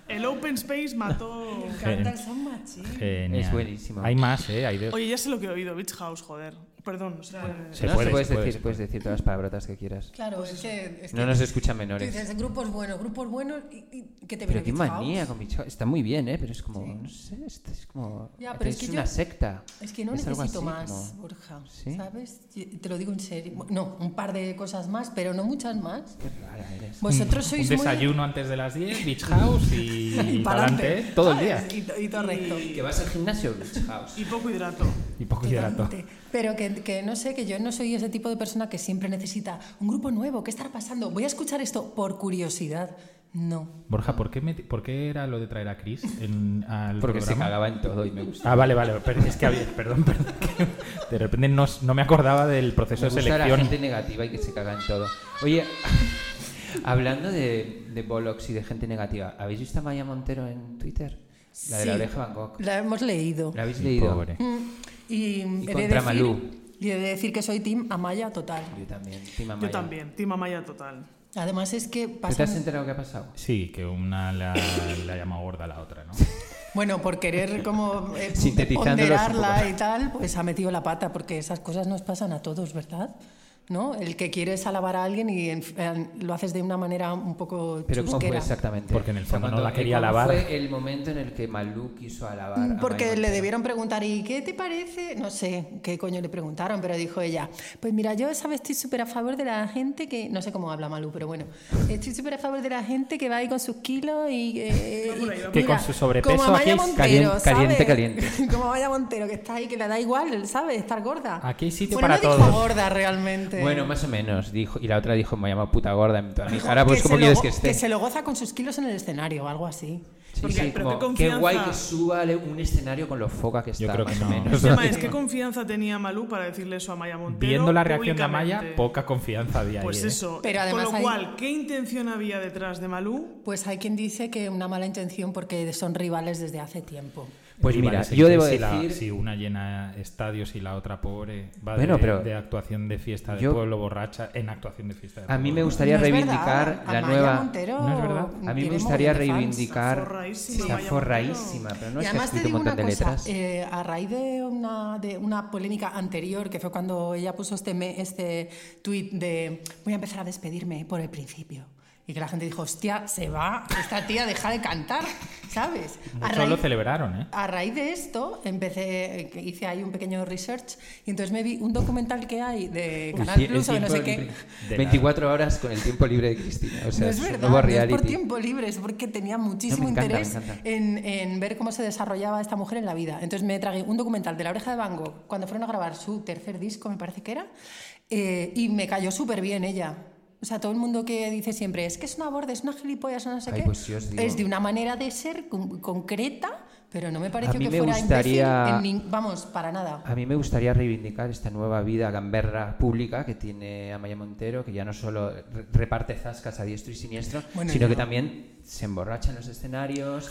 Speaker 4: El open space mató...
Speaker 5: Me encanta el son machín.
Speaker 3: Genial.
Speaker 2: Es buenísimo.
Speaker 3: Hay más, ¿eh? Hay de-
Speaker 4: Oye, ya sé lo que he oído, Beach House, joder. Perdón, no sé.
Speaker 3: Se
Speaker 2: no,
Speaker 3: puede,
Speaker 2: puedes,
Speaker 3: se puede,
Speaker 2: decir,
Speaker 3: se
Speaker 2: puedes decir todas las palabrotas que quieras.
Speaker 5: Claro, es que... es
Speaker 2: No
Speaker 5: que
Speaker 2: nos escuchan
Speaker 5: Tú
Speaker 2: menores.
Speaker 5: dices, grupos buenos, grupos buenos, y, y que te viene
Speaker 2: Pero qué
Speaker 5: Beach House.
Speaker 2: manía con Bicho. Está muy bien, ¿eh? Pero es como, no sé, es, es como...
Speaker 5: Ya, pero es que yo-
Speaker 2: una secta.
Speaker 5: Es que no
Speaker 2: algo
Speaker 5: necesito
Speaker 2: así,
Speaker 5: más,
Speaker 2: como-
Speaker 5: Borja,
Speaker 2: ¿Sí?
Speaker 5: ¿sabes? Yo- Te lo digo en serio. No, un par de cosas más, pero no muchas más.
Speaker 2: Qué rara eres.
Speaker 5: Vosotros
Speaker 3: un
Speaker 5: sois muy...
Speaker 3: desayuno antes de las 10, beach house y,
Speaker 5: Y
Speaker 3: y
Speaker 5: pa'lante,
Speaker 3: pa'lante, ¿eh? todo el día.
Speaker 5: ¿sabes? Y, to- y todo recto.
Speaker 2: Que vas al gimnasio, Beach House.
Speaker 4: Y poco hidrato.
Speaker 3: Y poco hidrato.
Speaker 5: Totalmente. Pero que, que no sé, que yo no soy ese tipo de persona que siempre necesita un grupo nuevo, ¿qué estará pasando? Voy a escuchar esto por curiosidad. No.
Speaker 2: Ah.
Speaker 3: Borja, ¿por qué, meti- por qué era lo de traer a Chris en- al
Speaker 2: Porque se
Speaker 3: programa?
Speaker 2: cagaba en todo y me gusta.
Speaker 3: Ah, vale, vale, pero es que había, perdón, perdón. que De repente no, no me acordaba del proceso
Speaker 2: Me
Speaker 3: de
Speaker 2: gusta
Speaker 3: selección.
Speaker 2: la gente negativa y que se caga en todo. Oye, hablando de, de Bollocks y de gente negativa, ¿habéis visto a Maya Montero en Twitter? La de la
Speaker 5: Sí.
Speaker 2: oreja Bangkok.
Speaker 5: La hemos leído.
Speaker 2: ¿La habéis
Speaker 3: Sí,
Speaker 2: leído?
Speaker 3: pobre.
Speaker 5: Mm, Y, he de
Speaker 2: contra
Speaker 5: decir-
Speaker 2: Malú.
Speaker 5: Y he de decir que soy Team Amaya total.
Speaker 2: Yo también. Team Amaya.
Speaker 4: Yo también, Team Amaya total.
Speaker 5: Además es que
Speaker 2: ¿Tú te
Speaker 5: pasan...
Speaker 2: has enterado qué ha pasado?
Speaker 3: Sí, que una la, la llama gorda a la otra, ¿no?
Speaker 5: Bueno, por querer como eh,
Speaker 2: Sintetizándolos un
Speaker 5: ponderarla
Speaker 2: poco.
Speaker 5: y tal, pues ha metido la pata, porque esas cosas nos pasan a todos, ¿verdad? ¿No? El que quieres alabar a alguien y en- en- lo haces de una manera un poco
Speaker 2: Pero ¿cómo fue
Speaker 5: chusquera.
Speaker 2: exactamente?
Speaker 3: Porque en el
Speaker 2: O sea,
Speaker 3: fondo no
Speaker 2: cuando-
Speaker 3: la quería
Speaker 2: ¿cómo
Speaker 3: alabar.
Speaker 2: fue el momento en el que Malú quiso alabar? a Maya
Speaker 5: Mm, Porque le
Speaker 2: Montero?
Speaker 5: debieron preguntar, ¿y qué te parece? No sé qué coño le preguntaron, pero dijo ella, pues mira, yo, ¿sabes? Estoy súper a favor de la gente que, no sé cómo habla Malú, pero bueno, estoy súper a favor de la gente que va ahí con sus kilos y... eh,
Speaker 4: Va por ahí,
Speaker 5: y-
Speaker 4: va por
Speaker 3: Que con su sobrepeso
Speaker 5: como Amaya
Speaker 3: aquí es
Speaker 5: Montero,
Speaker 2: calien- caliente,
Speaker 5: ¿sabes?
Speaker 2: caliente.
Speaker 5: como Amaya Montero, que está ahí, que le da igual, ¿sabes? Estar gorda.
Speaker 3: Aquí hay sitio
Speaker 5: bueno,
Speaker 3: para
Speaker 5: no dijo
Speaker 3: todos.
Speaker 5: gorda realmente.
Speaker 2: Bueno, más o menos. Dijo, y la otra dijo, me llama puta gorda en toda mi cara.
Speaker 5: Que
Speaker 2: Pues
Speaker 5: se
Speaker 2: ¿cómo
Speaker 5: lo
Speaker 2: quieres
Speaker 5: go-
Speaker 2: que esté?
Speaker 5: se lo goza con sus kilos en el escenario o algo así.
Speaker 2: Sí,
Speaker 4: Porque-
Speaker 2: sí,
Speaker 4: pero qué
Speaker 2: como, qué
Speaker 4: confianza.
Speaker 2: guay que suba un escenario con lo foca que está,
Speaker 3: Yo creo que
Speaker 2: más
Speaker 3: no.
Speaker 2: o menos.
Speaker 4: El tema es qué confianza tenía Malú para decirle eso a Maya Montero.
Speaker 3: Viendo la reacción de Amaya,
Speaker 4: públicamente?
Speaker 3: poca confianza había ahí.
Speaker 4: Pues
Speaker 3: ¿eh?
Speaker 4: eso.
Speaker 5: Pero además
Speaker 4: Con lo
Speaker 5: hay-
Speaker 4: cual, ¿qué intención había detrás de Malú?
Speaker 5: Pues hay quien dice que una mala intención porque son rivales desde hace tiempo.
Speaker 2: Pues
Speaker 3: Y
Speaker 2: mira,
Speaker 3: vale, sí,
Speaker 2: yo
Speaker 3: que
Speaker 2: debo
Speaker 3: si la-
Speaker 2: decir...
Speaker 3: si una llena estadios y la otra pobre va
Speaker 2: Bueno,
Speaker 3: de,
Speaker 2: pero-
Speaker 3: de actuación de fiesta de
Speaker 2: yo-
Speaker 3: pueblo borracha en actuación de fiesta de
Speaker 2: A mí
Speaker 3: pueblo
Speaker 2: me
Speaker 3: borracha.
Speaker 2: gustaría
Speaker 5: No es
Speaker 2: reivindicar
Speaker 5: verdad,
Speaker 2: la
Speaker 5: Amaya
Speaker 2: nueva.
Speaker 5: Montero
Speaker 3: No es verdad.
Speaker 2: A mí me
Speaker 5: tiene
Speaker 2: gustaría
Speaker 5: mogollón de fans.
Speaker 2: reivindicar.
Speaker 4: Está forraísima,
Speaker 2: está
Speaker 4: Amaya
Speaker 2: forraísima, pero no
Speaker 5: y
Speaker 2: es que ha
Speaker 5: además te
Speaker 2: escrito un
Speaker 5: digo
Speaker 2: montón
Speaker 5: una
Speaker 2: de
Speaker 5: cosa,
Speaker 2: letras.
Speaker 5: eh, a raíz de una, de una polémica anterior, que fue cuando ella puso este, me- este tuit de voy a empezar a despedirme por el principio. Y que la gente dijo, hostia, se va, esta tía deja de cantar, ¿sabes? A
Speaker 3: Muchos lo
Speaker 5: raíz-
Speaker 3: celebraron, ¿eh?
Speaker 5: a raíz de esto empecé, hice ahí un pequeño research y entonces me vi un documental que hay de Canal
Speaker 2: El
Speaker 5: Plus o de no
Speaker 2: tiempo
Speaker 5: sé qué.
Speaker 2: libre. 24 horas con el tiempo libre de Cristina. O sea,
Speaker 5: no
Speaker 2: es
Speaker 5: es
Speaker 2: un
Speaker 5: verdad,
Speaker 2: nuevo
Speaker 5: no es por
Speaker 2: reality.
Speaker 5: tiempo libre, es porque tenía muchísimo
Speaker 2: No, me encanta,
Speaker 5: interés
Speaker 2: me encanta.
Speaker 5: en, en ver cómo se desarrollaba esta mujer en la vida. Entonces me tragué un documental de La Oreja de Van Gogh cuando fueron a grabar su tercer disco, me parece que era, eh, y me cayó súper bien ella. O sea, todo el mundo que dice siempre, es que es una borda, es una gilipollas, no sé
Speaker 2: Ay,
Speaker 5: qué,
Speaker 2: pues sí, os digo.
Speaker 5: es de una manera de ser con- concreta, pero no me pareció
Speaker 2: mí
Speaker 5: que
Speaker 2: me
Speaker 5: fuera
Speaker 2: gustaría-
Speaker 5: imbécil en nin- vamos, para nada.
Speaker 2: A mí me gustaría reivindicar esta nueva vida gamberra pública que tiene Amaya Montero, que ya no solo re- reparte zascas a diestro y siniestro,
Speaker 5: Bueno,
Speaker 2: sino
Speaker 5: yo-
Speaker 2: que también se emborracha en los escenarios,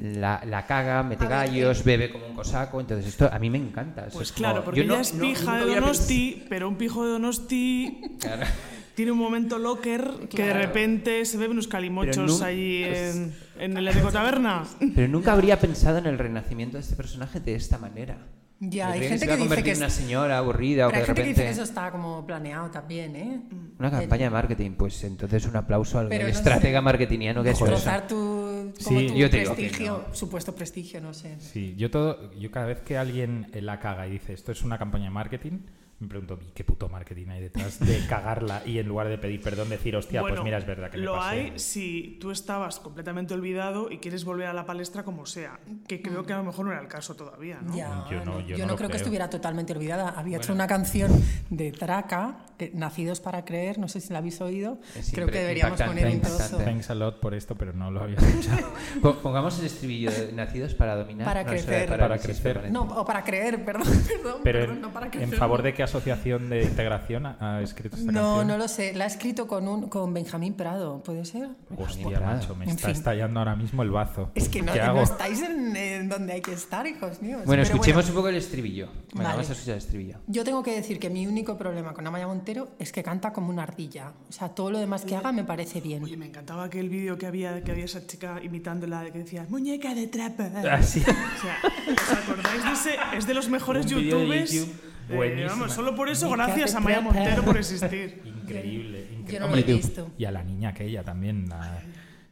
Speaker 2: la, la caga, mete
Speaker 5: A ver, eh,
Speaker 2: gallos, bebe como un cosaco. Entonces, esto a mí me encanta. Eso
Speaker 4: Pues
Speaker 2: es como-
Speaker 4: claro, porque
Speaker 2: yo no-
Speaker 4: ella es
Speaker 2: no-
Speaker 4: pija
Speaker 2: nunca
Speaker 4: de
Speaker 2: hubiera pensado-
Speaker 4: Donosti, pero un pijo de Donosti
Speaker 2: Claro.
Speaker 4: tiene un momento locker que de repente se bebe unos
Speaker 2: Pero
Speaker 4: calimochos
Speaker 2: nun-
Speaker 4: allí en, en el Eco Taberna.
Speaker 2: Pero nunca habría pensado en el renacimiento de este personaje de esta manera.
Speaker 5: Ya,
Speaker 2: Yo
Speaker 5: hay
Speaker 2: creía
Speaker 5: gente
Speaker 2: se iba
Speaker 5: que,
Speaker 2: a
Speaker 5: dice
Speaker 2: convertir
Speaker 5: que,
Speaker 2: en una
Speaker 5: es-
Speaker 2: señora aburrida o
Speaker 5: pero
Speaker 2: que
Speaker 5: hay
Speaker 2: de
Speaker 5: gente que dice que
Speaker 2: repente...
Speaker 5: eso está como planeado también, ¿eh?
Speaker 2: Una campaña de marketing, pues entonces un aplauso al
Speaker 5: Pero
Speaker 2: al
Speaker 5: no sé.
Speaker 2: estratega marketingiano que ha hecho eso.
Speaker 5: Destrozar tu,
Speaker 3: Sí,
Speaker 5: como tu
Speaker 2: yo te digo que
Speaker 5: prestigio, supuesto prestigio, no sé.
Speaker 3: Sí, yo todo, yo cada vez que alguien eh, la caga y dice esto es una campaña de marketing, me pregunto, ¿y qué puto marketing hay detrás de cagarla? Y en lugar de pedir perdón, decir, hostia,
Speaker 4: Bueno,
Speaker 3: pues mira, es verdad que me
Speaker 4: lo
Speaker 3: pasé".
Speaker 4: hay si tú estabas completamente olvidado y quieres volver a la palestra como sea, que creo que a lo mejor no era el caso todavía, ¿no?
Speaker 5: Ya,
Speaker 3: Yo no-
Speaker 5: no,
Speaker 3: yo
Speaker 5: yo
Speaker 3: no
Speaker 5: no
Speaker 3: lo
Speaker 5: creo que
Speaker 3: creo.
Speaker 5: estuviera totalmente olvidada. Había hecho una canción de Traca, que- Nacidos para Creer, no sé si la habéis oído.
Speaker 2: Es
Speaker 5: creo que
Speaker 2: impre-
Speaker 5: deberíamos
Speaker 2: impactante,
Speaker 5: poner un
Speaker 2: impactante.
Speaker 5: trozo.
Speaker 3: Thanks a lot por esto, pero no lo había escuchado.
Speaker 2: Po- Pongamos el estribillo de nacidos para dominar.
Speaker 5: Para
Speaker 2: No, eso era
Speaker 5: crecer.
Speaker 3: Para
Speaker 2: resistir,
Speaker 3: crecer.
Speaker 2: parece.
Speaker 5: No, o para creer, perdón, perdón,
Speaker 3: Pero
Speaker 5: perdón,
Speaker 3: en,
Speaker 5: no para
Speaker 3: en
Speaker 5: crecer.
Speaker 3: favor de qué asociación de integración ha, ha escrito esta
Speaker 5: No,
Speaker 3: canción.
Speaker 5: no lo sé. La ha escrito con, un, con Benjamín Prado, ¿puede ser?
Speaker 3: Hostia, macho, me
Speaker 5: En
Speaker 3: está
Speaker 5: fin.
Speaker 3: estallando ahora mismo el bazo.
Speaker 5: Es que no,
Speaker 3: ¿Qué
Speaker 5: no
Speaker 3: hago?
Speaker 5: estáis en, en donde hay que estar, hijos míos.
Speaker 2: Bueno,
Speaker 5: Pues Pero
Speaker 2: escuchemos un poco el estribillo. Venga,
Speaker 5: Vale.
Speaker 2: vamos a escuchar el estribillo.
Speaker 5: Yo tengo que decir que mi único problema con Amaya Montero es que canta como una ardilla. O sea, todo lo demás que haga me parece
Speaker 4: Oye,
Speaker 5: bien.
Speaker 4: me encantaba aquel vídeo que había, que había esa chica imitándola de que decía muñeca de trapa.
Speaker 3: Ah, sí.
Speaker 4: O sea, ¿os acordáis de ese? Es de los mejores
Speaker 3: Un vídeo de
Speaker 4: youtubers.
Speaker 3: YouTube
Speaker 4: Eh,
Speaker 3: buenísima.
Speaker 4: vamos, solo por eso,
Speaker 5: Muñeca
Speaker 4: gracias
Speaker 5: de
Speaker 4: a Maya
Speaker 5: trapa.
Speaker 4: Montero por existir.
Speaker 3: Increíble, increíble.
Speaker 5: Yo no lo he
Speaker 3: Hombre,
Speaker 5: visto.
Speaker 3: Y a la niña aquella también. la-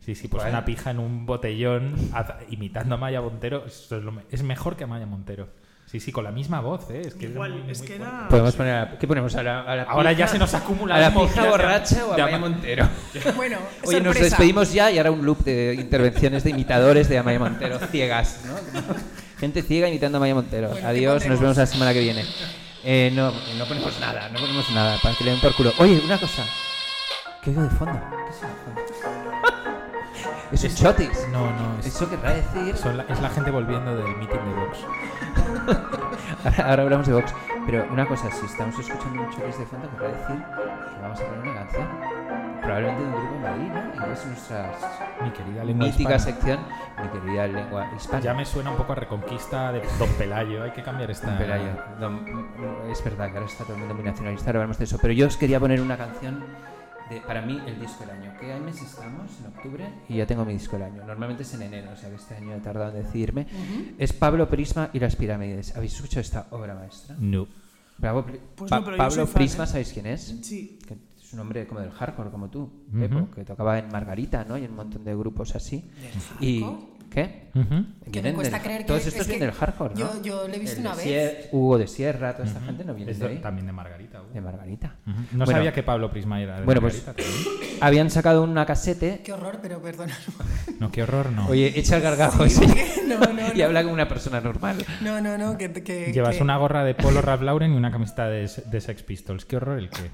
Speaker 3: Sí, sí, pues
Speaker 2: ¿Cuál?
Speaker 3: una pija en un botellón haz- imitando a Maya Montero. eso es, lo me- es mejor que a Maya Montero. Sí, sí, con la misma voz, ¿eh? Es que, era
Speaker 4: Igual,
Speaker 3: muy-
Speaker 4: es
Speaker 3: muy
Speaker 4: que
Speaker 3: fuerte.
Speaker 4: era.
Speaker 2: Podemos poner a- ¿Qué ponemos? A la, a la
Speaker 3: Ahora ya
Speaker 2: pija-
Speaker 3: se nos acumula
Speaker 2: ¿A la
Speaker 3: algo,
Speaker 2: pija
Speaker 3: ya sea-
Speaker 2: borracha o a
Speaker 3: de
Speaker 2: Amaya
Speaker 3: Ama-
Speaker 2: Montero?
Speaker 5: Bueno,
Speaker 2: Oye, nos
Speaker 5: sorpresa.
Speaker 2: despedimos ya y ahora un loop de intervenciones de imitadores de Amaya Montero ciegas, ¿no? Gente ciega imitando a Amaya Montero.
Speaker 5: Bueno, ¿qué
Speaker 2: Adiós, nos
Speaker 5: ponemos?
Speaker 2: vemos la semana que viene. Eh, no, no ponemos nada, no ponemos nada, para que le den por culo. Oye, una cosa. ¿Qué oigo de fondo? ¿Qué es eso de fondo? Es un chotis.
Speaker 3: No, no, es,
Speaker 2: Eso querrá decir...
Speaker 3: son la, es la gente volviendo del meeting de Vox.
Speaker 2: Ahora, ahora hablamos de Vox. Pero una cosa, si estamos escuchando un chotis de fondo, querrá decir que vamos a poner una canción. Probablemente de un grupo en Madrid, ¿no? Y es nuestras...
Speaker 3: Mi querida lengua
Speaker 2: mítica
Speaker 3: hispana.
Speaker 2: sección, mi querida lengua hispana.
Speaker 3: Ya me suena un poco a Reconquista de Don Pelayo. Hay que cambiar esta...
Speaker 2: Pelayo. No, es verdad que ahora está todo el mundo muy nacionalista, ahora hablamos de eso. Pero yo os quería poner una canción de, para mí, el disco del año. ¿Qué mes estamos? En octubre. Y ya tengo mi disco del año. Normalmente es en enero, o sea que este año he tardado en decidirme. Es Pablo Prisma y las pirámides. ¿Habéis escuchado esta obra maestra?
Speaker 3: No.
Speaker 2: Bravo, Pri-
Speaker 4: Pues
Speaker 2: Pa-
Speaker 4: no, pero yo
Speaker 2: Pablo
Speaker 4: soy fan,
Speaker 2: Prisma,
Speaker 4: ¿eh?
Speaker 2: ¿sabéis quién es?
Speaker 4: Sí.
Speaker 2: Que es un hombre como del hardcore, como tú, Pepo, que tocaba en Margarita, ¿no? Y en un montón de grupos así. y ¿Qué?
Speaker 5: Que
Speaker 2: Vienen
Speaker 5: me cuesta
Speaker 2: del-
Speaker 5: creer que
Speaker 2: todos
Speaker 5: es
Speaker 2: estos
Speaker 5: que
Speaker 2: vienen del hardcore, ¿no?
Speaker 5: yo- yo lo he visto
Speaker 2: El
Speaker 5: una
Speaker 2: de
Speaker 5: vez.
Speaker 2: Sier- Hugo de Sierra, toda esta gente no viene
Speaker 3: Es
Speaker 2: de
Speaker 3: do-
Speaker 2: ahí,
Speaker 3: también de Margarita. uh.
Speaker 2: de Margarita.
Speaker 3: Ujú. No
Speaker 2: Bueno,
Speaker 3: sabía que Pablo Prisma era de
Speaker 2: Bueno, pues
Speaker 3: Margarita. también.
Speaker 2: habían sacado una casete.
Speaker 5: Qué horror, pero perdona.
Speaker 3: No, qué horror, no.
Speaker 2: Oye, echa el gargajo
Speaker 5: Sí,
Speaker 2: sí.
Speaker 5: porque- no, no,
Speaker 2: y
Speaker 5: no.
Speaker 2: habla como una persona normal.
Speaker 5: No, no, no, que, que-
Speaker 3: Llevas
Speaker 5: que-
Speaker 3: una gorra de Polo Ralph Lauren y una camiseta de, de Sex Pistols. Qué horror el que.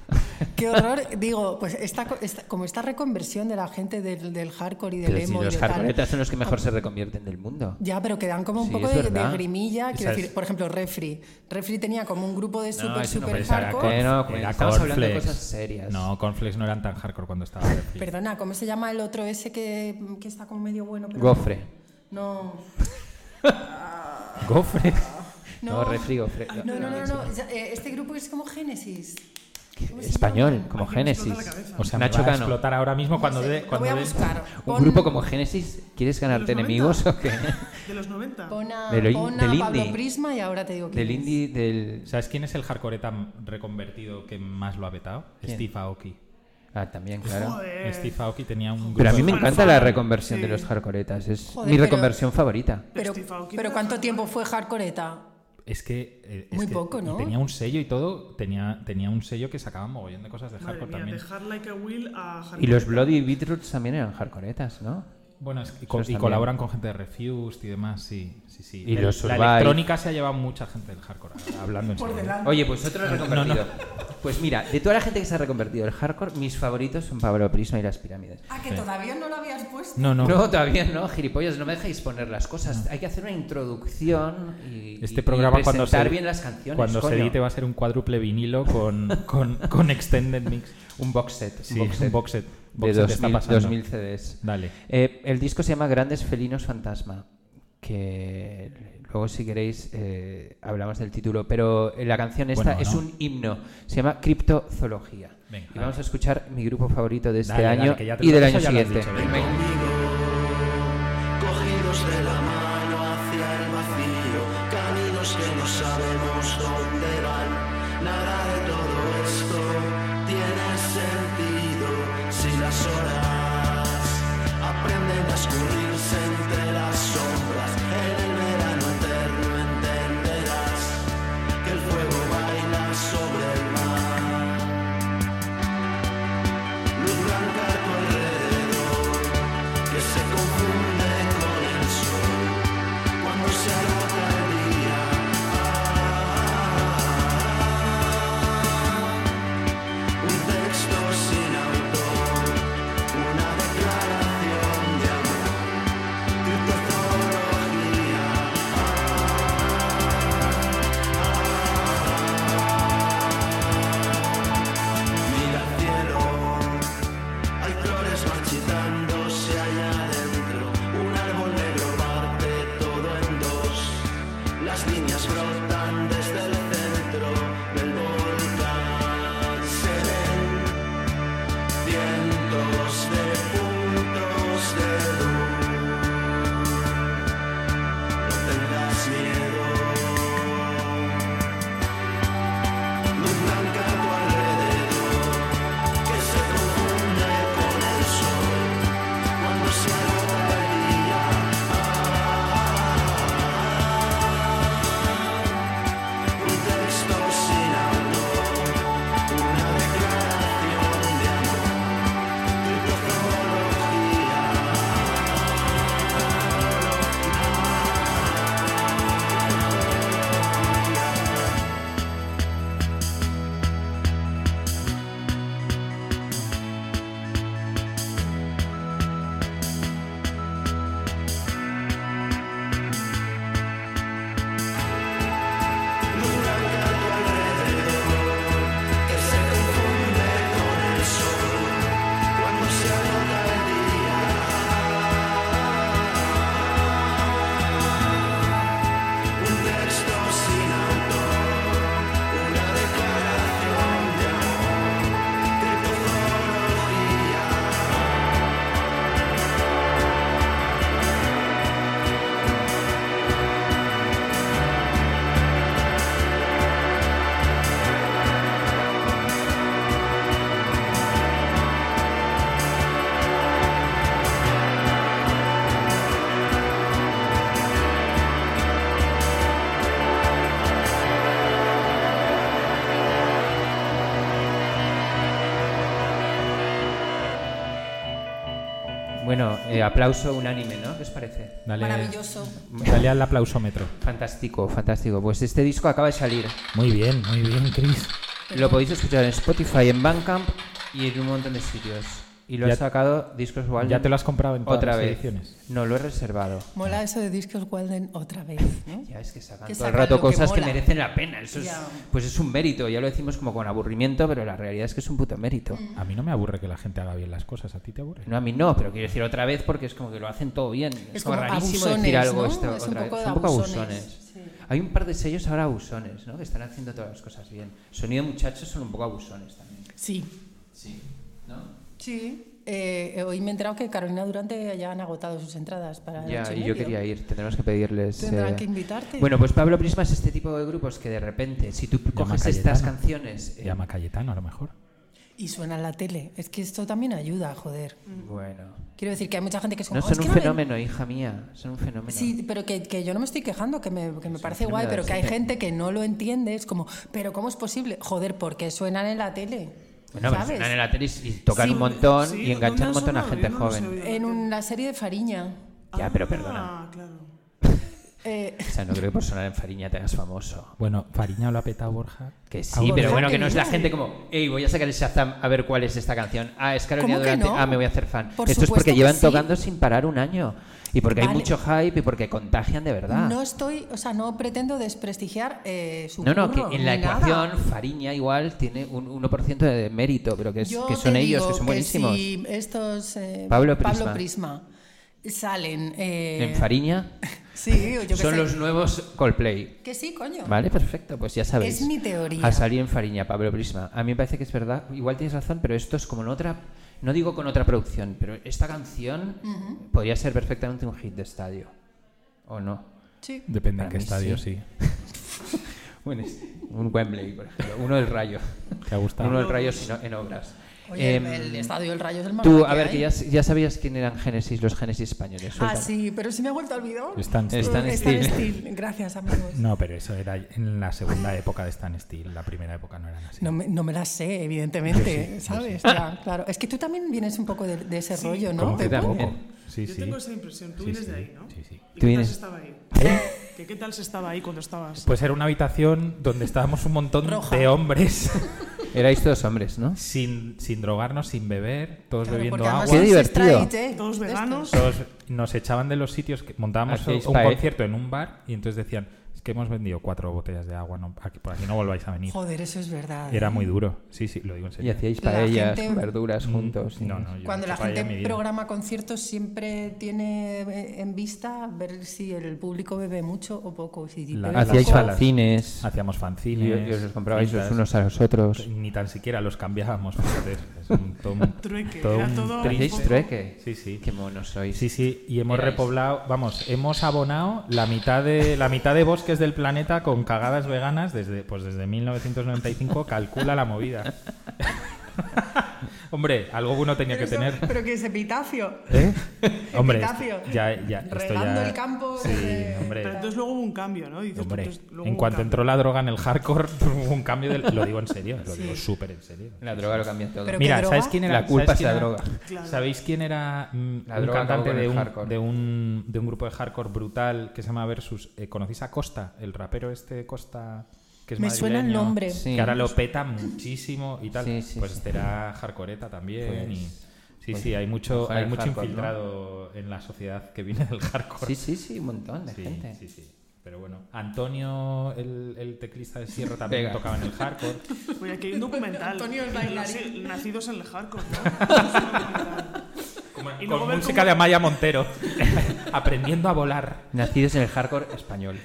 Speaker 5: Qué horror. Digo, pues esta, co- esta- como esta reconversión de la gente del, del hardcore y del
Speaker 2: Pero si
Speaker 5: emo y
Speaker 2: los
Speaker 5: de tal. Ah,
Speaker 2: hardcoretas son los que mejor se reconvierten del mundo.
Speaker 5: Ya, pero que dan como un
Speaker 2: Sí,
Speaker 5: poco
Speaker 2: es
Speaker 5: de, de
Speaker 2: verdad.
Speaker 5: grimilla. Quiero
Speaker 3: Esas-
Speaker 5: decir, por ejemplo, Refri. Refri tenía como un grupo de super,
Speaker 2: eso no
Speaker 5: super
Speaker 2: puede ser,
Speaker 5: hardcore. Eh,
Speaker 2: ¿a no, estamos hablando de cosas serias.
Speaker 3: No, Cornflakes no eran tan hardcore cuando estaba Refri.
Speaker 5: Perdona, ¿cómo se llama el otro ese que, que está como medio bueno? pero-
Speaker 2: Gofre.
Speaker 5: No.
Speaker 3: Gofre.
Speaker 2: No, Refri, Gofre.
Speaker 5: No, no, no, no, no. Ya, eh, Este grupo es como Génesis. ¿Cómo se
Speaker 2: Español,
Speaker 5: llama?
Speaker 2: como
Speaker 4: Ay, que me explota
Speaker 2: Génesis.
Speaker 4: la cabeza.
Speaker 3: O sea, me
Speaker 2: Nacho
Speaker 3: va a
Speaker 2: Cano.
Speaker 3: explotar ahora mismo cuando
Speaker 5: No sé,
Speaker 3: dé-
Speaker 5: lo
Speaker 3: cuando
Speaker 5: voy a
Speaker 3: dé-
Speaker 5: buscar.
Speaker 2: Un
Speaker 5: Pon-
Speaker 2: grupo como Génesis, ¿quieres ganarte
Speaker 4: ¿De los
Speaker 2: enemigos
Speaker 4: 90?
Speaker 2: o qué?
Speaker 4: De los 90.
Speaker 5: Pon a,
Speaker 2: Del in-
Speaker 5: pon a
Speaker 2: del
Speaker 5: Pablo
Speaker 2: indie.
Speaker 5: Prisma y ahora te digo que.
Speaker 2: Del indie, del.
Speaker 3: ¿Sabes quién es el hardcore tan reconvertido que más lo ha vetado?
Speaker 2: ¿Quién?
Speaker 3: Steve Aoki.
Speaker 2: Ah, también, claro.
Speaker 4: Joder.
Speaker 3: Steve Aoki tenía un grupo.
Speaker 2: Pero a mí me
Speaker 3: de-
Speaker 4: Bueno,
Speaker 2: encanta la
Speaker 4: fan,
Speaker 2: reconversión de
Speaker 4: sí.
Speaker 2: los hardcoretas. Es
Speaker 5: Joder,
Speaker 2: mi
Speaker 5: pero-
Speaker 2: reconversión favorita.
Speaker 5: Pero,
Speaker 4: Steve Aoki
Speaker 5: pero
Speaker 4: era
Speaker 5: ¿cuánto
Speaker 4: hardcore.
Speaker 5: tiempo fue hardcoreta?
Speaker 3: Es que. eh, es
Speaker 5: Muy
Speaker 3: que-
Speaker 5: poco,
Speaker 3: y
Speaker 5: ¿no?
Speaker 3: Tenía un sello y todo. Tenía, tenía un sello que sacaba mogollón de cosas de
Speaker 4: Madre
Speaker 3: hardcore
Speaker 4: mía,
Speaker 3: también.
Speaker 4: de Hard Like a Will a Hard
Speaker 2: Y
Speaker 4: Like
Speaker 2: los
Speaker 4: a-
Speaker 2: Bloody Beetroots también eran hardcoretas, ¿no?
Speaker 3: Bueno, es que co- y
Speaker 2: también.
Speaker 3: colaboran con gente de Refused y demás, sí, sí, sí.
Speaker 2: Y
Speaker 3: El-
Speaker 2: los
Speaker 3: la
Speaker 2: Survive.
Speaker 3: electrónica se ha llevado mucha gente del hardcore, hablando en serio.
Speaker 2: Oye, pues otro reconvertido. Pues mira, de toda la gente que se ha reconvertido al hardcore, mis favoritos son Pablo Prisma y las pirámides.
Speaker 5: Ah, que todavía no lo habías puesto.
Speaker 3: No, no.
Speaker 2: No, todavía no, gilipollas, no me dejéis poner las cosas. Hay que hacer una introducción y,
Speaker 3: Ah. Este
Speaker 2: y-
Speaker 3: programa
Speaker 2: y
Speaker 3: cuando
Speaker 2: presentar
Speaker 3: se
Speaker 2: bien las canciones.
Speaker 3: cuando se
Speaker 2: coño.
Speaker 3: edite va a ser un cuádruple vinilo con, con, con extended mix.
Speaker 2: Un box set.
Speaker 3: Sí, un box set. Box
Speaker 2: de
Speaker 3: set está
Speaker 2: 2000,
Speaker 3: pasando.
Speaker 2: 2000 CDs.
Speaker 3: Dale.
Speaker 2: Eh, el disco se llama Grandes Felinos Fantasma, que luego si queréis eh, hablamos del título, pero eh, la canción esta
Speaker 3: Bueno,
Speaker 2: es
Speaker 3: no.
Speaker 2: un himno, se llama Criptozoología.
Speaker 3: Venga,
Speaker 2: y
Speaker 3: dale.
Speaker 2: vamos a escuchar mi grupo favorito de este
Speaker 3: Dale, dale,
Speaker 2: año
Speaker 3: que ya te-
Speaker 2: y del
Speaker 3: eso
Speaker 2: año
Speaker 3: ya lo has
Speaker 2: siguiente.
Speaker 3: dicho, venga.
Speaker 6: cogidos de la mano hacia el vacío, camino
Speaker 7: caminos que no sabemos dónde van. Nada de todo esto tiene sentido si las horas aprenden a escurrirse entre las sombras. En el verano eterno entenderás que el fuego baila sobre el mar. Luz blanca a tu alrededor que se confunde con el sol cuando se agota el día. ah, Un texto sin autor, una declaración de amor, criptozoología. Mira al cielo. Hay flores marchitándose allá adentro. Un árbol negro parte todo en dos. Las líneas brotan desde el centro del volcán. Se ven cientos de puntos de luz. No tendrás miedo. Luz blanca a tu alrededor que se confunde con el sol cuando se agota el día. Un texto sin autor, una declaración de amor, criptozoología. Luz blanca a tu alrededor, que se confunde con el sol cuando se agota el día. Un texto sin autor, una declaración de amor, criptozoología.
Speaker 2: Bueno, eh, aplauso unánime, ¿no? ¿Qué os parece?
Speaker 3: Dale,
Speaker 5: Maravilloso.
Speaker 3: Dale al aplausómetro.
Speaker 2: Fantástico, fantástico. Pues este disco acaba de salir.
Speaker 3: Muy bien, muy bien, Chris.
Speaker 2: Lo podéis escuchar en Spotify, en Bandcamp y en un montón de sitios. Y lo
Speaker 3: Ya-
Speaker 2: ha sacado Discos Walden.
Speaker 3: Ya te lo has comprado en todas
Speaker 2: otra
Speaker 3: las
Speaker 2: vez.
Speaker 3: ediciones.
Speaker 2: No, lo he reservado.
Speaker 5: Mola eso de Discos Walden otra vez, ¿no?
Speaker 2: Ya es que sacan
Speaker 5: Que
Speaker 2: todo el
Speaker 5: sacan
Speaker 2: rato
Speaker 5: lo que
Speaker 2: cosas que,
Speaker 5: mola.
Speaker 2: merecen la pena. Eso es,
Speaker 5: Ya.
Speaker 2: pues es un mérito. Ya lo decimos como con aburrimiento, pero la realidad es que es un puto mérito.
Speaker 3: A mí no me aburre que la gente haga bien las cosas, a ti te aburre.
Speaker 2: No, a mí no, pero quiero decir otra vez porque es como que lo hacen todo bien. Es,
Speaker 5: como
Speaker 2: rarísimo
Speaker 5: abusones,
Speaker 2: decir algo
Speaker 5: ¿no?
Speaker 2: esto
Speaker 5: Es un
Speaker 2: otra vez.
Speaker 5: poco de
Speaker 2: Son un poco
Speaker 5: abusones,
Speaker 2: abusones.
Speaker 5: sí.
Speaker 2: Hay un par de sellos ahora abusones, ¿no? Que están haciendo todas las cosas bien. Sonido Muchachos son un poco abusones también.
Speaker 8: Sí.
Speaker 2: Sí. ¿No?
Speaker 5: Sí. Eh, hoy me he enterado que Carolina Durante ya han agotado sus entradas para el
Speaker 2: Ya,
Speaker 5: ocho
Speaker 2: y yo
Speaker 5: medio.
Speaker 2: quería ir. Tendremos que pedirles...
Speaker 5: Tendrán
Speaker 2: eh,
Speaker 5: que invitarte.
Speaker 2: Bueno, pues Pablo Prisma es este tipo de grupos que de repente, si tú coges estas
Speaker 3: Cayetano.
Speaker 2: canciones... eh,
Speaker 3: Llama a Cayetano, a lo mejor.
Speaker 5: Y suena en la tele. Es que esto también ayuda, joder.
Speaker 8: Mm.
Speaker 2: bueno...
Speaker 5: Quiero decir que hay mucha gente que es como,
Speaker 2: No
Speaker 5: "Oh, es
Speaker 2: son
Speaker 5: que no
Speaker 2: un
Speaker 5: me-
Speaker 2: fenómeno, hija mía. Son un fenómeno.
Speaker 5: Sí, pero que, que yo no me estoy quejando, que me, que me parece guay,
Speaker 2: fenómeno
Speaker 5: pero que hay
Speaker 2: adolescente.
Speaker 5: gente que no lo entiende. Es como, ¿pero cómo es posible? Joder, porque suenan en la tele.
Speaker 2: Bueno, pero
Speaker 5: ¿sabes?
Speaker 2: suenan en la tele y y tocan
Speaker 8: Sí,
Speaker 2: un montón
Speaker 8: sí,
Speaker 2: y enganchan un
Speaker 8: ¿dónde
Speaker 2: montón a
Speaker 8: sonaba?
Speaker 2: gente
Speaker 8: Yo no lo
Speaker 2: joven.
Speaker 8: sabía.
Speaker 5: En una serie de Fariña.
Speaker 2: Ya, pero perdona.
Speaker 8: Ah, claro.
Speaker 5: Eh,
Speaker 2: O sea, no creo que por sonar en Fariña te hagas famoso.
Speaker 3: Bueno, Fariña lo ha petado Borja.
Speaker 2: Que
Speaker 3: Ah,
Speaker 2: sí, pero
Speaker 5: Borja,
Speaker 2: bueno, que
Speaker 5: qué
Speaker 2: no es la
Speaker 5: bien.
Speaker 2: gente como, hey, voy a sacar el Shazam a ver cuál es esta canción. Ah, es Carolina
Speaker 5: ¿Cómo que
Speaker 2: Durante.
Speaker 5: no?
Speaker 2: Ah, me voy a hacer fan.
Speaker 5: Por
Speaker 2: Esto es
Speaker 5: supuesto
Speaker 2: porque
Speaker 5: que
Speaker 2: llevan
Speaker 5: sí.
Speaker 2: tocando sin parar un año. Y porque hay
Speaker 5: Vale.
Speaker 2: mucho hype y porque contagian de verdad.
Speaker 5: no estoy, o sea, no pretendo desprestigiar eh, su
Speaker 2: No, no,
Speaker 5: curro,
Speaker 2: que en la
Speaker 5: ni nada.
Speaker 2: ecuación Fariña igual tiene un 1% de mérito, pero que, es-
Speaker 5: Yo
Speaker 2: que
Speaker 5: te
Speaker 2: son ellos,
Speaker 5: digo
Speaker 2: que son buenísimos.
Speaker 5: si estos. eh,
Speaker 2: Pablo Prisma.
Speaker 5: Prisma salen. eh,
Speaker 2: En Fariña
Speaker 5: Sí, yo que
Speaker 2: son
Speaker 5: sé.
Speaker 2: los nuevos Coldplay.
Speaker 5: Que sí, coño.
Speaker 2: Vale, perfecto, pues ya sabéis.
Speaker 5: Es mi teoría.
Speaker 2: A salir en Fariña, Pablo Prisma. A mí me parece que es verdad, igual tienes razón, pero esto es como en otra, no digo con otra producción, pero esta canción podría ser perfectamente un hit de estadio, ¿o no?
Speaker 5: Sí.
Speaker 3: Depende
Speaker 2: Para
Speaker 3: en qué
Speaker 2: mí
Speaker 3: estadio,
Speaker 2: sí.
Speaker 3: sí.
Speaker 2: Un, es- un Wembley, por ejemplo. Uno del Rayo.
Speaker 3: ¿Te ha gustado?
Speaker 2: Uno del Rayo sino en obras.
Speaker 5: Oye,
Speaker 2: Em,
Speaker 5: el estadio del Rayo es el más
Speaker 2: Tú,
Speaker 5: grande
Speaker 2: a ver, que
Speaker 5: hay.
Speaker 2: ya, s- ya sabías quién eran Génesis, los Génesis españoles.
Speaker 5: Ah,
Speaker 2: suéltalo.
Speaker 5: sí, pero se me ha vuelto a olvidar.
Speaker 3: Stan Steel.
Speaker 2: Stan Steel.
Speaker 5: Steel. Gracias, amigos.
Speaker 3: No, pero eso era en la segunda época de Stan Steel. La primera época no eran así.
Speaker 5: No me, no me la sé, evidentemente, ¿sabes? Ya, claro. Es que tú también vienes un poco de, de ese
Speaker 4: Sí.
Speaker 5: rollo, ¿no?
Speaker 3: Como que
Speaker 5: Pepo?
Speaker 3: tampoco. Sí,
Speaker 4: Yo
Speaker 3: sí.
Speaker 4: tengo esa impresión. Tú
Speaker 3: Sí,
Speaker 4: vienes
Speaker 3: sí,
Speaker 4: de ahí, ¿no?
Speaker 3: sí, sí.
Speaker 4: ¿Y
Speaker 2: Tú
Speaker 4: qué tal
Speaker 2: vienes-
Speaker 4: se estaba ahí?
Speaker 3: ¿Eh?
Speaker 4: ¿Qué, ¿Qué tal se estaba ahí cuando estabas?
Speaker 3: Pues era una habitación donde estábamos un montón
Speaker 5: Roja.
Speaker 3: de hombres
Speaker 2: Erais todos hombres, ¿no?
Speaker 3: sin, sin drogarnos, sin beber, todos
Speaker 5: Claro,
Speaker 3: bebiendo
Speaker 5: porque además
Speaker 3: agua.
Speaker 2: Qué
Speaker 5: son
Speaker 2: divertido.
Speaker 5: straight, ¿eh?
Speaker 4: Todos
Speaker 5: De estos.
Speaker 4: veganos.
Speaker 3: Todos nos echaban de los sitios que montábamos un
Speaker 2: Hacíais paella.
Speaker 3: concierto en un bar y entonces decían, es que hemos vendido cuatro botellas de agua, no, aquí- por aquí no volváis a venir.
Speaker 5: Joder, eso es verdad. eh.
Speaker 3: Era muy duro, sí, sí, lo digo en
Speaker 2: Y
Speaker 3: serio. Mm,
Speaker 2: hacíais
Speaker 5: La
Speaker 2: paellas,
Speaker 5: gente-
Speaker 2: verduras juntos.
Speaker 3: No, no, yo
Speaker 5: Cuando la
Speaker 3: no he hecho paella en mi
Speaker 5: gente
Speaker 3: vida.
Speaker 5: programa conciertos siempre tiene eh, en vista ver si el público bebe mucho o poco. Si
Speaker 3: La-
Speaker 5: bebe
Speaker 2: Hacíais
Speaker 5: poco-
Speaker 3: salas.
Speaker 2: fanzines.
Speaker 3: Hacíamos
Speaker 2: Y,
Speaker 3: fanzines.
Speaker 2: os los comprabais los
Speaker 3: cintas,
Speaker 2: unos a los otros.
Speaker 3: Ni tan siquiera los cambiábamos. fíjate. Es un, todo un-
Speaker 4: Trueque,
Speaker 3: todo
Speaker 4: era
Speaker 3: un
Speaker 4: todo un
Speaker 3: tris-
Speaker 2: ¿Hacíais
Speaker 4: poco-
Speaker 2: trueque?
Speaker 3: Sí, sí.
Speaker 2: Qué monos sois.
Speaker 3: Sí, sí, y hemos
Speaker 2: Erais.
Speaker 3: repoblado, vamos, hemos abonado la mitad de la mitad de bosques del planeta con cagadas veganas desde pues desde 1995 calcula la movida. Hombre, algo bueno tenía
Speaker 5: Pero
Speaker 3: que
Speaker 5: eso-
Speaker 3: tener.
Speaker 5: Pero que es epitafio.
Speaker 3: ¿Eh? Hombre,
Speaker 5: Epitafio.
Speaker 3: esto- ya ya esto
Speaker 5: Regando
Speaker 3: ya-
Speaker 5: el campo
Speaker 3: Sí,
Speaker 5: desde-
Speaker 3: hombre.
Speaker 4: Pero entonces luego hubo un cambio, ¿no? Dices tú,
Speaker 3: hombre,
Speaker 4: entonces pues, luego
Speaker 3: en
Speaker 4: hubo
Speaker 3: cuanto
Speaker 4: un cambio.
Speaker 3: entró la droga en el hardcore, hubo un cambio del lo digo en serio, lo digo súper en serio.
Speaker 2: La droga lo cambia todo.
Speaker 5: Pero
Speaker 3: Mira,
Speaker 5: ¿qué
Speaker 3: ¿sabéis
Speaker 5: droga?
Speaker 3: quién era?
Speaker 2: La culpa
Speaker 3: ¿sabéis
Speaker 2: es
Speaker 3: quién
Speaker 2: la
Speaker 3: era-
Speaker 2: droga.
Speaker 4: Claro.
Speaker 3: ¿Sabéis quién era mm,
Speaker 2: La
Speaker 3: un
Speaker 2: droga acabó
Speaker 3: cantante
Speaker 2: con
Speaker 3: de
Speaker 2: el
Speaker 3: un,
Speaker 2: hardcore.
Speaker 3: de, un, de un grupo de hardcore brutal que se llama Versus? Eh, ¿Conocéis a Costa? El rapero este de Costa. Que es
Speaker 5: Me suena el
Speaker 3: madrileño,
Speaker 5: nombre.
Speaker 2: Sí.
Speaker 3: Que ahora lo peta muchísimo y tal.
Speaker 2: Sí, sí,
Speaker 3: pues
Speaker 2: sí.
Speaker 3: este era hardcoreta también.
Speaker 2: Pues-
Speaker 3: y- sí,
Speaker 2: pues
Speaker 3: sí, hay mucho,
Speaker 2: ojalá
Speaker 3: hay
Speaker 2: el
Speaker 3: mucho
Speaker 2: hardcore, ¿no?
Speaker 3: infiltrado en la sociedad que viene del hardcore.
Speaker 2: Sí, sí, sí, un montón de
Speaker 3: Sí,
Speaker 2: gente.
Speaker 3: sí, sí. Pero bueno, Antonio, el, el teclista de Sierra, también
Speaker 2: Venga.
Speaker 3: tocaba en el hardcore.
Speaker 4: Oye, aquí hay un documental.
Speaker 5: Antonio el bailarín.
Speaker 4: Naci- Nacidos en el hardcore, ¿no? Es un documental. Y luego
Speaker 3: con
Speaker 4: ver
Speaker 3: música
Speaker 4: cómo-
Speaker 3: de Amaya Montero. aprendiendo a volar.
Speaker 2: Nacidos en el hardcore español.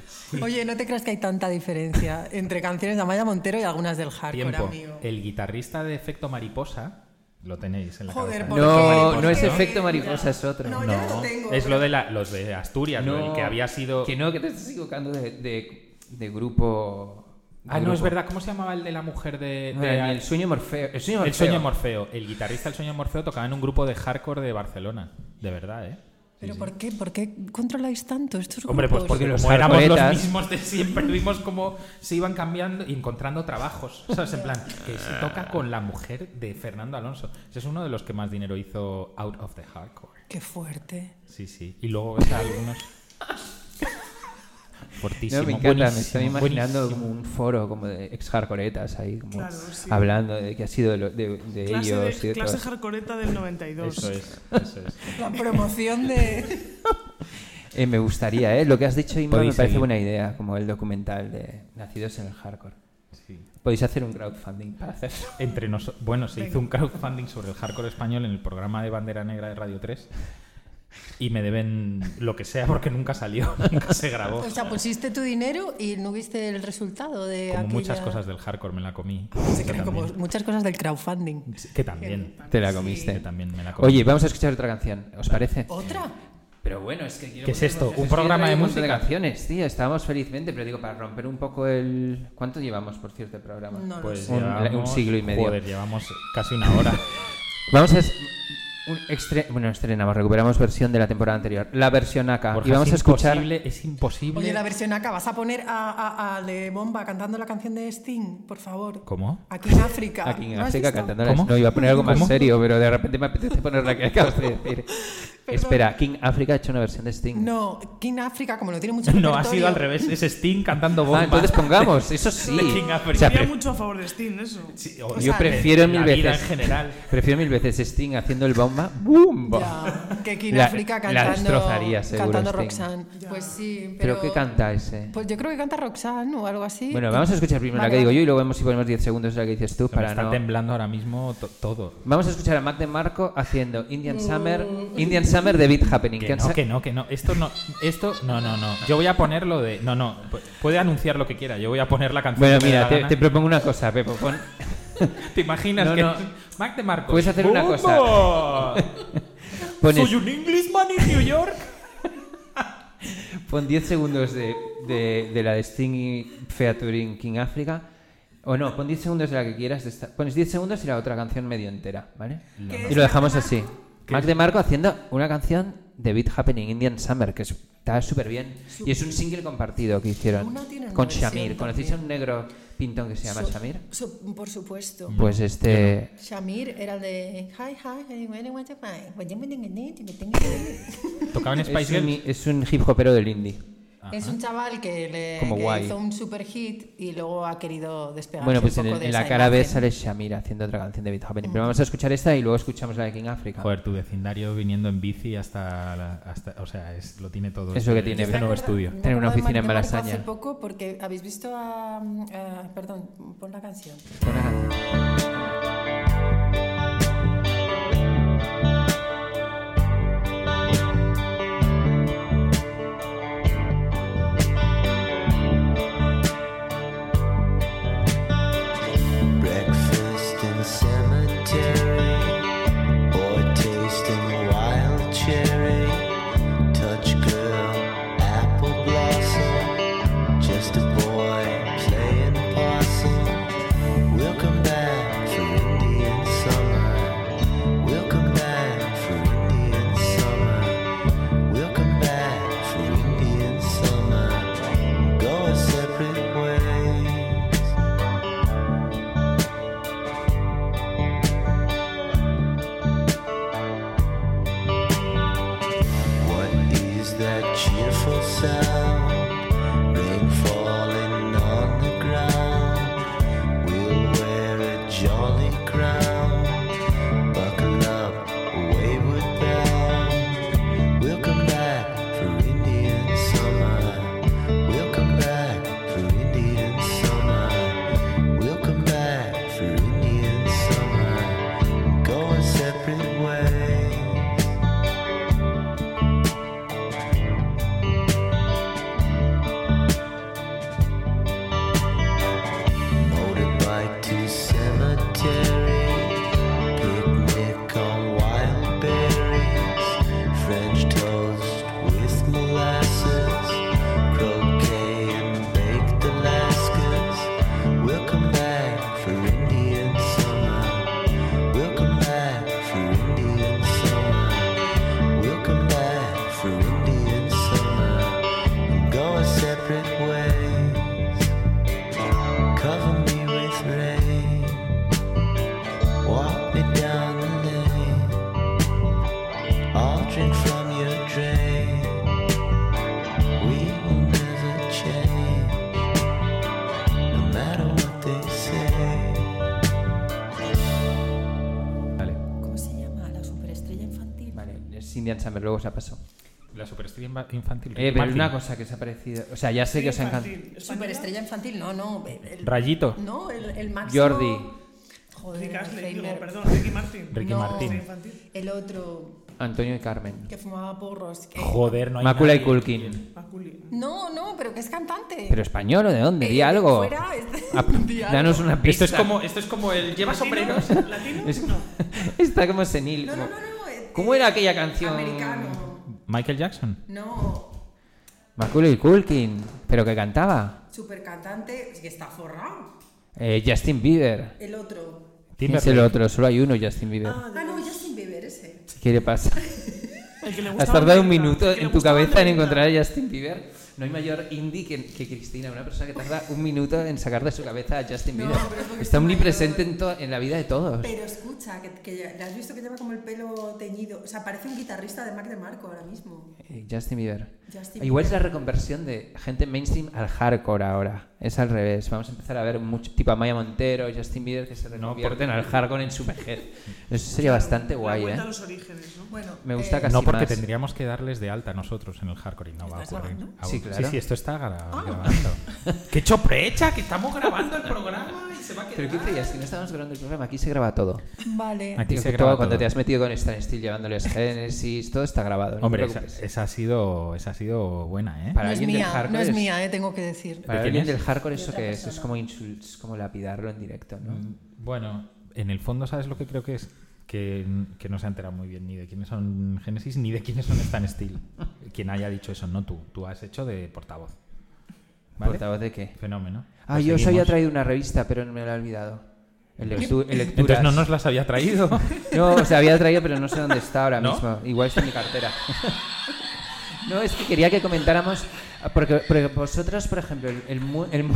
Speaker 5: Oye, no te creas que hay tanta diferencia entre canciones de Amaya Montero y algunas del hardcore,
Speaker 3: tiempo.
Speaker 5: amigo.
Speaker 3: El guitarrista de Efecto Mariposa lo tenéis en la
Speaker 5: Joder,
Speaker 3: cabeza. ¿eh?
Speaker 5: ¿por
Speaker 2: No,
Speaker 5: qué?
Speaker 2: no es
Speaker 5: Porque-
Speaker 2: efecto mariposa, es otro.
Speaker 5: No, yo no lo tengo.
Speaker 3: es lo de la- los de Asturias, lo del que había sido.
Speaker 2: Que no, que te estás equivocando de, de, de grupo. de
Speaker 3: ah, no
Speaker 2: grupo.
Speaker 3: es verdad. ¿Cómo se llamaba el de la mujer de?
Speaker 2: No,
Speaker 3: de-
Speaker 2: ni el sueño morfeo. El sueño
Speaker 3: El
Speaker 2: morfeo.
Speaker 3: sueño Morfeo. El guitarrista del sueño Morfeo tocaba en un grupo de hardcore de Barcelona. De verdad, ¿eh?
Speaker 5: ¿Pero por qué? ¿Por qué controláis tanto estos grupos?
Speaker 3: Hombre, pues porque
Speaker 2: los
Speaker 3: como éramos los
Speaker 2: hardcoretas-
Speaker 3: mismos de siempre, vimos cómo se iban cambiando y encontrando trabajos. ¿Sabes? En plan, que se toca con la mujer de Fernando Alonso. Ese es uno de los que más dinero hizo out of the hardcore.
Speaker 5: Qué fuerte.
Speaker 3: Sí, sí. Y luego ves a algunos. Fortísimo.
Speaker 2: No, me encanta, me
Speaker 3: buenísimo,
Speaker 2: estoy imaginando
Speaker 3: buenísimo.
Speaker 2: como un foro como de ex hardcoretas ahí, como
Speaker 4: Claro, sí.
Speaker 2: hablando de que ha sido de, lo- de- de
Speaker 4: Clase, de-
Speaker 2: ellos y de
Speaker 4: clase
Speaker 2: todos.
Speaker 4: hardcoreta del 92.
Speaker 3: Eso es, eso es.
Speaker 5: La promoción de...
Speaker 2: Eh, me gustaría, ¿eh? Lo que has dicho, Inma, me
Speaker 3: Podéis
Speaker 2: parece
Speaker 3: seguir.
Speaker 2: buena idea, como el documental de Nacidos en el Hardcore.
Speaker 3: Sí.
Speaker 2: Podéis hacer un crowdfunding para hacerlo.
Speaker 3: Entre noso- bueno, se hizo un crowdfunding sobre el hardcore español en el programa de Bandera Negra de Radio 3 y me deben lo que sea porque nunca salió, nunca se grabó.
Speaker 5: O sea, pusiste tu dinero y no viste el resultado de
Speaker 3: Como muchas
Speaker 5: aquella-
Speaker 3: cosas del hardcore me la comí.
Speaker 5: Sí,
Speaker 3: Que
Speaker 5: claro, como
Speaker 3: también-
Speaker 5: muchas cosas del crowdfunding.
Speaker 3: que también.
Speaker 2: Te la
Speaker 3: Que
Speaker 2: comiste.
Speaker 3: también me la comí.
Speaker 2: Oye, vamos a escuchar otra canción, ¿os parece?
Speaker 5: ¿Otra?
Speaker 2: Pero bueno, es que quiero
Speaker 3: ¿Qué es
Speaker 2: poner
Speaker 3: esto?
Speaker 2: voces.
Speaker 3: ¿Un
Speaker 2: Es que yo
Speaker 3: programa
Speaker 2: traigo
Speaker 3: de
Speaker 2: un montón
Speaker 3: música?
Speaker 2: canciones, tío. Estábamos felizmente, pero digo, para romper un poco el... ¿Cuánto llevamos, por cierto, el programa?
Speaker 5: No lo
Speaker 3: Pues
Speaker 5: sé.
Speaker 2: Un-
Speaker 3: llevamos-
Speaker 2: un siglo y medio.
Speaker 3: Joder, llevamos casi una hora.
Speaker 2: Vamos a... es- un extre- Bueno, estrenamos, recuperamos versión de la temporada anterior. La versión acá.
Speaker 3: Borja,
Speaker 2: y vamos
Speaker 3: es
Speaker 2: a escuchar...
Speaker 3: imposible- es imposible.
Speaker 5: Oye, la versión acá, ¿vas a poner a, a, a Le Bomba cantando la canción de Sting, por favor?
Speaker 3: ¿Cómo?
Speaker 5: Aquí en África.
Speaker 2: Aquí en
Speaker 5: ¿No has
Speaker 2: África
Speaker 5: visto?
Speaker 2: cantándolas.
Speaker 3: ¿Cómo?
Speaker 2: No, iba a poner algo más
Speaker 3: ¿Cómo?
Speaker 2: serio, pero de repente me apetece poner la que acabas de decir. Espera, King África ha hecho una versión de Sting.
Speaker 5: No, aquí en África, como no tiene mucho
Speaker 3: No, ha
Speaker 5: repertorio-
Speaker 3: sido al revés. Es Sting cantando bomba.
Speaker 2: Ah, entonces pongamos, eso
Speaker 3: De
Speaker 2: sí.
Speaker 3: King
Speaker 2: O
Speaker 3: Africa.
Speaker 2: sea,
Speaker 4: Sería
Speaker 2: pre-
Speaker 4: mucho a favor de Steam, eso.
Speaker 3: Sí,
Speaker 5: O
Speaker 3: o-
Speaker 5: sea,
Speaker 2: yo prefiero
Speaker 3: la
Speaker 2: mil
Speaker 3: vida
Speaker 2: veces.
Speaker 3: en general.
Speaker 2: Prefiero mil veces Sting haciendo el bomba. ¡Boom!
Speaker 5: Ya, que aquí en
Speaker 2: La-
Speaker 5: África
Speaker 2: la
Speaker 5: cantando,
Speaker 2: destrozaría, seguro,
Speaker 5: cantando
Speaker 2: Sting.
Speaker 5: Roxanne. Pues sí, pero...
Speaker 2: ¿Pero qué canta ese?
Speaker 5: Pues yo creo que canta Roxanne o algo así.
Speaker 2: Bueno, vamos a escuchar primero la
Speaker 5: Vale,
Speaker 2: que digo
Speaker 5: vale.
Speaker 2: yo y luego vemos si ponemos 10 segundos la que dices tú
Speaker 3: Se me
Speaker 2: para
Speaker 3: está
Speaker 2: no...
Speaker 3: temblando ahora mismo to- todo.
Speaker 2: Vamos a escuchar a Mac de Marco haciendo Indian Summer, Indian Summer de Beat Happening.
Speaker 3: Que
Speaker 2: que han
Speaker 3: no,
Speaker 2: sa-
Speaker 3: que no, que no. Esto no, esto, no, no, no. Yo voy a poner lo de. No, no. Pu- Puede anunciar lo que quiera. Yo voy a poner la canción.
Speaker 2: Bueno,
Speaker 3: que me dé
Speaker 2: mira,
Speaker 3: la
Speaker 2: te,
Speaker 3: gana.
Speaker 2: te propongo una cosa, Pepo. Pon...
Speaker 3: ¿Te imaginas
Speaker 2: No,
Speaker 3: que
Speaker 2: no.
Speaker 3: Mac de Marco?
Speaker 2: Puedes hacer una
Speaker 3: cosa.
Speaker 2: Pones...
Speaker 3: Soy un Englishman in New York.
Speaker 2: Pon 10 segundos de, de, de la de Sting Featuring King Africa. O no, pon 10 segundos de la que quieras. de esta- Pones 10 segundos y la otra canción medio entera, ¿vale? Y lo dejamos así. Mac de Marco haciendo una canción de Beat Happening Indian Summer, que es- está súper bien. Y es un single compartido que hicieron
Speaker 5: Una tiene una
Speaker 2: con
Speaker 5: versión
Speaker 2: Shamir. ¿Conocéis a
Speaker 5: también.
Speaker 2: un negro pintón que se llama
Speaker 5: Su-
Speaker 2: Shamir?
Speaker 5: su- por supuesto.
Speaker 3: Mm.
Speaker 2: Pues este...
Speaker 5: Shamir era el de Hi, hi, hi, where do you want to find? What do you want to do? What do you want to do?"
Speaker 3: Tocaban Spice
Speaker 2: Es un,
Speaker 3: Girls.
Speaker 2: es un hip hopero del indie.
Speaker 5: Es un chaval que le
Speaker 2: Como
Speaker 5: que
Speaker 2: guay.
Speaker 5: hizo un super hit y luego ha querido despegarse
Speaker 2: Bueno, pues
Speaker 5: Ah, un
Speaker 2: en,
Speaker 5: poco
Speaker 2: el-
Speaker 5: de
Speaker 2: en
Speaker 5: esa
Speaker 2: la cara B
Speaker 5: imagen. Mm.
Speaker 2: sale Shamir haciendo otra canción de Beat Happening. Pero vamos a escuchar esta y luego escuchamos la de King Africa.
Speaker 3: Joder, tu vecindario viniendo en bici hasta... la- hasta o sea, es, lo tiene todo.
Speaker 2: Es lo que
Speaker 3: este-
Speaker 2: tiene.
Speaker 3: Este nuevo estudio.
Speaker 5: Me
Speaker 2: Tener una
Speaker 5: acabo de
Speaker 2: oficina en
Speaker 5: marcar
Speaker 2: Malasaña.
Speaker 5: Hace poco porque habéis visto a... a- perdón, pon la canción.
Speaker 6: Breakfast in cemetery, boy tasting wild cherry, touch girl, apple blossom, just a boy playing possum. We'll come back for Indian summer. We'll come back for Indian summer. We'll come back for Indian summer. Go our separate ways. What is that cheerful sound? Rain falling on the ground. We'll wear a jolly crown. Buckle up, wayward bound. We'll come back for Indian summer. We'll come back for Indian summer. We'll come back for Indian summer. Go our separate ways. Motorbike to cemetery, picnic on wild berries, French toast with molasses, croquet and baked Alaskas. We'll come back for Indian summer. We'll come back for Indian summer. We'll come back for Indian summer. And go our separate ways. Cover me with rain. Walk me down the lane. I'll drink from your drain. We will never change. No matter what they say.
Speaker 3: Vale.
Speaker 5: ¿Cómo se llama? La superestrella infantil.
Speaker 2: Vale, es Indian Summer, luego se ha pasado.
Speaker 3: La superestrella inva- infantil.
Speaker 2: Eh,
Speaker 3: Ricky
Speaker 2: pero
Speaker 3: Martin.
Speaker 2: una cosa que se ha parecido. O sea, ya sé que os ha encantado.
Speaker 4: Infantil. ¿Española?
Speaker 5: Superestrella infantil, no, no. el-
Speaker 3: Rayito.
Speaker 5: No, el, el máximo...
Speaker 2: Jordi.
Speaker 5: Joder,
Speaker 4: Rick Astley, digo,
Speaker 5: Alzheimer.
Speaker 4: perdón, Ricky Martin.
Speaker 3: Ricky
Speaker 5: No.
Speaker 3: Martin.
Speaker 4: Infantil.
Speaker 5: El otro
Speaker 2: Antonio y Carmen.
Speaker 5: que fumaba porros. Que...
Speaker 3: Joder, no hay
Speaker 2: Mácula y
Speaker 3: nadie.
Speaker 2: Culkin.
Speaker 4: Maculi.
Speaker 5: No, no, pero que es cantante.
Speaker 2: ¿Pero español o de dónde?
Speaker 5: Eh,
Speaker 2: Di algo.
Speaker 5: fuera, este-
Speaker 2: Ah,
Speaker 5: di algo.
Speaker 2: Danos una pista.
Speaker 3: Esto es como, esto es como el llevas
Speaker 4: ¿Latino?
Speaker 3: obreros.
Speaker 4: ¿Latino?
Speaker 2: Es-
Speaker 4: No.
Speaker 2: Está como senil.
Speaker 5: No, no,
Speaker 2: como-
Speaker 5: no, no. eh,
Speaker 2: ¿Cómo era aquella canción?
Speaker 5: Americano.
Speaker 3: Michael Jackson.
Speaker 5: No,
Speaker 2: Macaulay Culkin. ¿Pero que cantaba?
Speaker 5: super cantante que está forrado.
Speaker 2: Eh, Justin Bieber.
Speaker 5: El otro.
Speaker 2: ¿Quién es el otro? Solo hay uno Justin Bieber.
Speaker 5: Ah, no, Justin Bieber ese.
Speaker 2: ¿Qué le pasa?
Speaker 4: El que le
Speaker 2: Has
Speaker 4: gustaba
Speaker 2: tardado un
Speaker 4: Belinda,
Speaker 2: minuto
Speaker 4: el que le
Speaker 2: en tu
Speaker 4: gustaba
Speaker 2: cabeza en
Speaker 4: Belinda.
Speaker 2: encontrar a Justin Bieber. No hay mayor indie que, que Cristina, una persona que tarda un minuto en sacar de su cabeza a Justin
Speaker 5: No,
Speaker 2: Bieber.
Speaker 5: pero es porque
Speaker 2: Está
Speaker 5: es
Speaker 2: omnipresente
Speaker 5: mayor.
Speaker 2: en, to- en la vida de todos.
Speaker 5: Pero escucha, que, que ya- ¿le has visto que lleva como el pelo teñido? O sea, parece un guitarrista de Mac de Marco ahora mismo.
Speaker 2: Eh, Justin Bieber. Ah,
Speaker 5: Justin
Speaker 2: Igual es la reconversión de gente mainstream al hardcore ahora. Es al revés. Vamos a empezar a ver mucho tipo a Maya Montero, Justin Bieber que se reconvierten al hardcore en su vejez. Eso sería bastante guay,
Speaker 4: La vuelta
Speaker 2: ¿eh?
Speaker 4: a los orígenes, Eh, ¿no?
Speaker 5: Bueno,
Speaker 2: Me gusta casi
Speaker 3: No, porque
Speaker 2: más.
Speaker 3: tendríamos que darles de alta nosotros en el hardcore y no va a
Speaker 5: ¿Estás
Speaker 3: ocurrir.
Speaker 5: grabando?
Speaker 3: aún.
Speaker 2: Sí,
Speaker 3: sí,
Speaker 2: claro.
Speaker 3: sí, esto está gra-
Speaker 4: Ah.
Speaker 3: grabando. ¡Qué choprecha! Que estamos grabando el programa y se va a
Speaker 2: Pero ¿qué creías? Que no estábamos grabando el programa. Aquí se graba todo.
Speaker 5: Vale.
Speaker 3: Aquí
Speaker 2: Digo,
Speaker 3: se
Speaker 2: tú
Speaker 3: graba
Speaker 2: cuando
Speaker 3: todo.
Speaker 2: te has metido con Stan Steel llevándoles Genesis, todo está grabado. no te
Speaker 3: Hombre, esa,
Speaker 2: preocupes.
Speaker 3: esa ha sido, esa ha sido buena, ¿eh?
Speaker 2: Para
Speaker 5: no es
Speaker 2: alguien del
Speaker 5: mía,
Speaker 2: hardcore
Speaker 5: no es
Speaker 2: es-
Speaker 5: mía, eh, tengo que decir.
Speaker 2: Para
Speaker 3: ¿De quién
Speaker 2: alguien
Speaker 3: es?
Speaker 2: del hardcore eso
Speaker 5: otra
Speaker 2: que es, es
Speaker 5: persona.
Speaker 2: como insults, como lapidarlo en directo, ¿no?
Speaker 3: Mm. Bueno, en el fondo, ¿sabes lo que creo que es? Que, que no se ha enterado muy bien ni de quiénes son Genesis ni de quiénes son Stan Steel. quien haya dicho eso, no tú. Tú has hecho de portavoz. ¿Vale?
Speaker 2: ¿Portavoz de qué?
Speaker 3: Fenómeno.
Speaker 2: Ah,
Speaker 3: Lo
Speaker 2: yo os
Speaker 3: seguimos.
Speaker 2: había traído una revista, pero me la he olvidado. El lectu- el
Speaker 3: Entonces
Speaker 2: lecturas.
Speaker 3: no nos las había traído.
Speaker 2: No, o sea, había traído, pero no sé dónde está ahora
Speaker 3: ¿No?
Speaker 2: mismo. Igual está en mi cartera. No, es que quería que comentáramos, porque, porque vosotras, por ejemplo, el, el mu- el mu-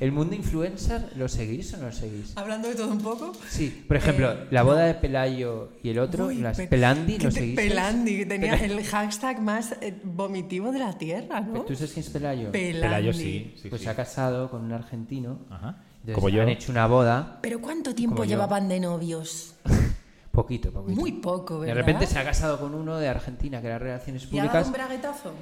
Speaker 2: el mundo influencer, ¿lo seguís o no lo seguís?
Speaker 5: Hablando de todo un poco.
Speaker 2: Sí, por ejemplo,
Speaker 5: Eh,
Speaker 2: la boda de Pelayo y el otro,
Speaker 5: Uy,
Speaker 2: las
Speaker 5: Pe-
Speaker 2: Pelandi,
Speaker 5: que
Speaker 2: ¿lo
Speaker 5: te-
Speaker 2: seguís?
Speaker 5: Pelandi, que tenía el hashtag más eh, vomitivo de la tierra, ¿no?
Speaker 2: ¿Tú sabes quién es Pelayo?
Speaker 5: Pelandi.
Speaker 3: Pelayo sí. sí,
Speaker 2: pues
Speaker 3: sí.
Speaker 2: se ha casado con un argentino.
Speaker 3: Ajá.
Speaker 2: Entonces,
Speaker 3: Como yo.
Speaker 2: Han hecho una boda,
Speaker 5: Pero ¿cuánto tiempo
Speaker 2: Como yo.
Speaker 5: llevaban de novios?
Speaker 2: poquito, poquito.
Speaker 5: Muy poco,
Speaker 2: de
Speaker 5: ¿verdad?
Speaker 2: repente se ha casado con uno de Argentina, que era Relaciones
Speaker 5: ¿Y ha dado
Speaker 2: Públicas.
Speaker 5: un braguetazo?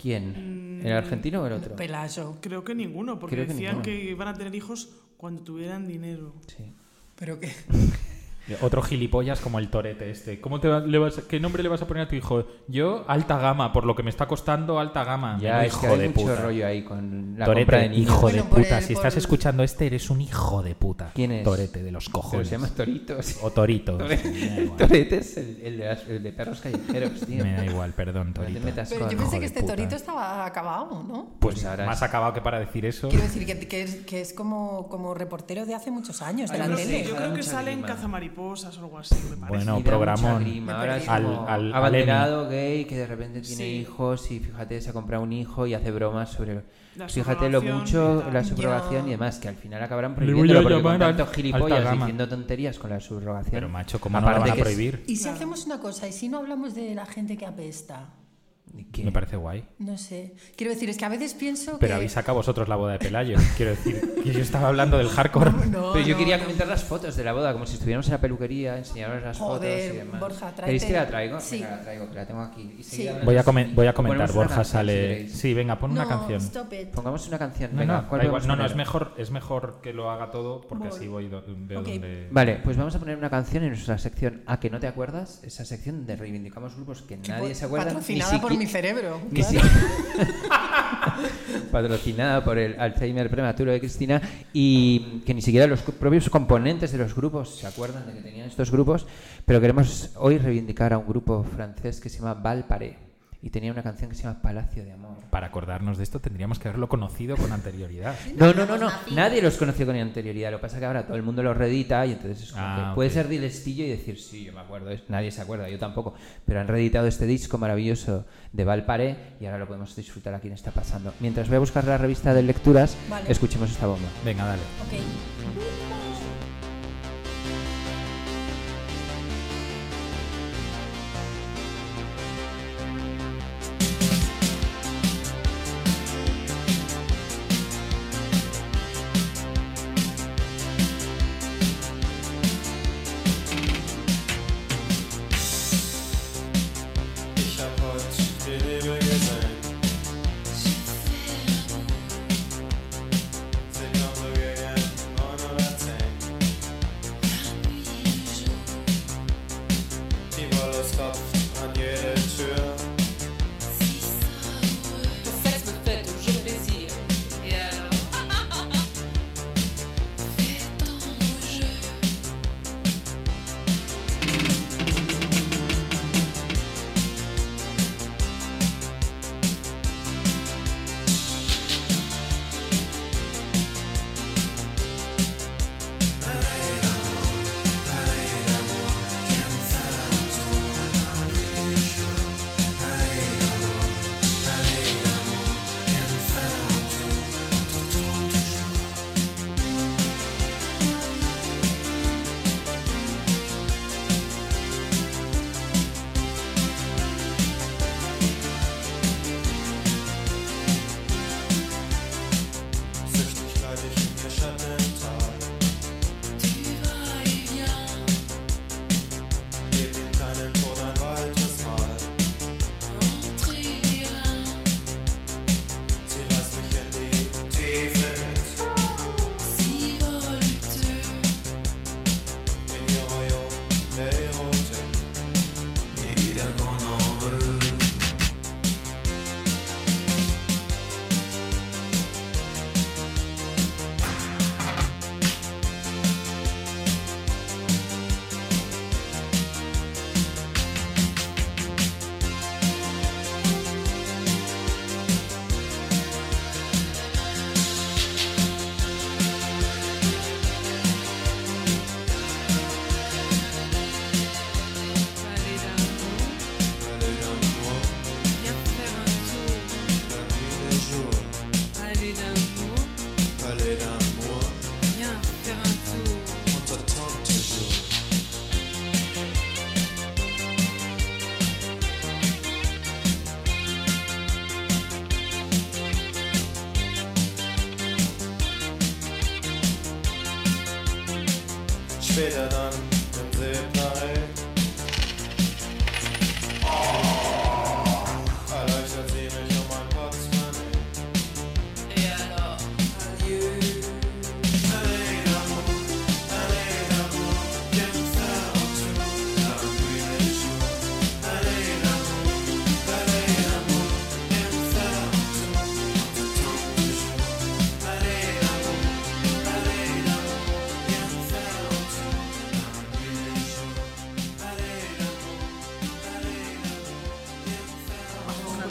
Speaker 2: ¿Quién? ¿El argentino o el otro?
Speaker 5: Pelayo.
Speaker 4: Creo que ninguno, porque
Speaker 2: Creo que
Speaker 4: decían
Speaker 2: ninguno.
Speaker 4: que iban a tener hijos cuando tuvieran dinero.
Speaker 2: Sí.
Speaker 5: Pero que...
Speaker 3: Eh, Otro gilipollas como el torete este. ¿Cómo te va- le vas, ¿Qué nombre le vas a poner a tu hijo? Yo, alta gama, por lo que me está costando alta gama.
Speaker 2: Ya,
Speaker 3: Menudo
Speaker 2: es que
Speaker 3: hijo
Speaker 2: hay
Speaker 3: de
Speaker 2: mucho
Speaker 3: puta.
Speaker 2: rollo ahí con la
Speaker 3: Torete,
Speaker 2: compra de niños.
Speaker 3: hijo de
Speaker 5: Bueno, por
Speaker 3: puta.
Speaker 5: el-
Speaker 3: si
Speaker 5: por
Speaker 3: estás
Speaker 5: el-
Speaker 3: escuchando este, eres un hijo de puta.
Speaker 2: ¿Quién es?
Speaker 3: Torete de los
Speaker 2: Pero
Speaker 3: cojones.
Speaker 2: se llama Toritos.
Speaker 3: O torito. sí, me da igual.
Speaker 2: Torete es el, el de, las- el de perros callejeros, tío.
Speaker 3: Me da igual, perdón,
Speaker 2: No te
Speaker 3: torito.
Speaker 2: metas
Speaker 5: Pero
Speaker 2: con-
Speaker 5: yo pensé
Speaker 3: de
Speaker 5: que este
Speaker 3: puta.
Speaker 5: torito estaba acabado, ¿no?
Speaker 2: Pues
Speaker 3: Pues
Speaker 2: ahora
Speaker 3: más
Speaker 2: es-
Speaker 3: acabado que para decir eso.
Speaker 5: Quiero decir que, que es, que es como, como reportero de hace muchos años, de
Speaker 2: Ay,
Speaker 5: la
Speaker 4: No
Speaker 2: no
Speaker 4: sé,
Speaker 5: tele.
Speaker 4: yo
Speaker 2: da
Speaker 4: creo que
Speaker 2: mucha
Speaker 4: sale en
Speaker 2: grima.
Speaker 4: cazamariposas o algo así, me parece.
Speaker 3: Bueno,
Speaker 2: Y da
Speaker 3: programón.
Speaker 2: mucha grima. Ahora es
Speaker 5: Al-
Speaker 2: como
Speaker 3: al- al
Speaker 2: abanderado gay que de repente tiene
Speaker 4: Sí.
Speaker 2: hijos y fíjate, se ha comprado un hijo y hace bromas sobre pues
Speaker 4: La
Speaker 2: fíjate lo
Speaker 4: subrogación y
Speaker 2: mucho
Speaker 4: tal.
Speaker 2: la subrogación
Speaker 5: Ya.
Speaker 2: y demás, que al final acabarán
Speaker 3: Le voy a
Speaker 2: prohibiéndolo porque con
Speaker 3: llamar al-
Speaker 2: tantos gilipollas
Speaker 3: alta gama.
Speaker 2: diciendo tonterías con la subrogación.
Speaker 3: Pero macho, ¿cómo no la van
Speaker 2: Aparte
Speaker 3: a
Speaker 2: que es-
Speaker 3: prohibir?
Speaker 5: Y si hacemos una cosa, y si no hablamos de la gente que apesta,
Speaker 2: ¿Qué?
Speaker 3: Me parece guay.
Speaker 5: no sé. Quiero decir, es que a veces pienso
Speaker 3: Pero
Speaker 5: que...
Speaker 3: habéis sacado vosotros la boda de Pelayo. Quiero decir que yo estaba hablando del hardcore.
Speaker 5: No,
Speaker 2: Pero yo
Speaker 5: no,
Speaker 2: quería
Speaker 5: no.
Speaker 2: comentar las fotos de la boda, como si estuviéramos en la peluquería, enseñaros las
Speaker 5: Joder,
Speaker 2: fotos y demás.
Speaker 5: Borja, tráete-
Speaker 2: ¿Queréis que la traigo?
Speaker 5: Sí.
Speaker 2: Venga, la traigo, que la tengo aquí. Y
Speaker 5: Sí.
Speaker 2: seguida hablamos.
Speaker 3: Voy a, comen- voy a comentar.
Speaker 2: O ponemos una
Speaker 3: Borja
Speaker 2: canción, si
Speaker 3: sale.
Speaker 2: queréis.
Speaker 3: sí, venga, pon una
Speaker 5: No,
Speaker 3: canción.
Speaker 9: este
Speaker 5: stop it.
Speaker 2: Pongamos una canción.
Speaker 3: No,
Speaker 2: Venga,
Speaker 3: no,
Speaker 2: ¿cuál
Speaker 3: da igual.
Speaker 2: podemos
Speaker 3: No, no,
Speaker 2: poner?
Speaker 3: es mejor, es mejor que lo haga todo porque así voy do- veo
Speaker 5: Ok.
Speaker 3: dónde-
Speaker 2: Vale, pues vamos a poner una canción en nuestra sección A que no te acuerdas, esa sección donde reivindicamos grupos que nadie se acuerda. ni
Speaker 5: Patrocinada por
Speaker 2: siqui-
Speaker 5: mi cerebro.
Speaker 2: ni
Speaker 5: claro.
Speaker 2: si- Patrocinada por el Alzheimer prematuro de Cristina y que ni siquiera los co- propios componentes de los grupos se acuerdan de que tenían estos grupos, pero queremos hoy reivindicar a un grupo francés que se llama Valparé y tenía una canción que se llama Palacio de Amor.
Speaker 3: Para acordarnos de esto tendríamos que haberlo conocido con anterioridad.
Speaker 2: No, no, no, no. Nadie los conoció con anterioridad. Lo que pasa es que ahora todo el mundo los reedita y entonces es como
Speaker 3: Ah,
Speaker 2: que
Speaker 3: ok.
Speaker 2: puede ser dilestillo y decir, sí, yo me acuerdo. es- Nadie se acuerda, yo tampoco. Pero han reeditado este disco maravilloso de Valparé y ahora lo podemos disfrutar aquí en Está Pasando. Mientras voy a buscar la revista de lecturas,
Speaker 5: Vale.
Speaker 2: escuchemos esta bomba.
Speaker 3: Venga, dale.
Speaker 5: Ok.
Speaker 10: Ich hab heute den Himmel gesehen. Sekunde gegen neun oder zehn. Die Wolle tropft an jede Tür. Später dann im Seeplanet. Erleuchtet Oh. sie mich um ein Portemonnaie.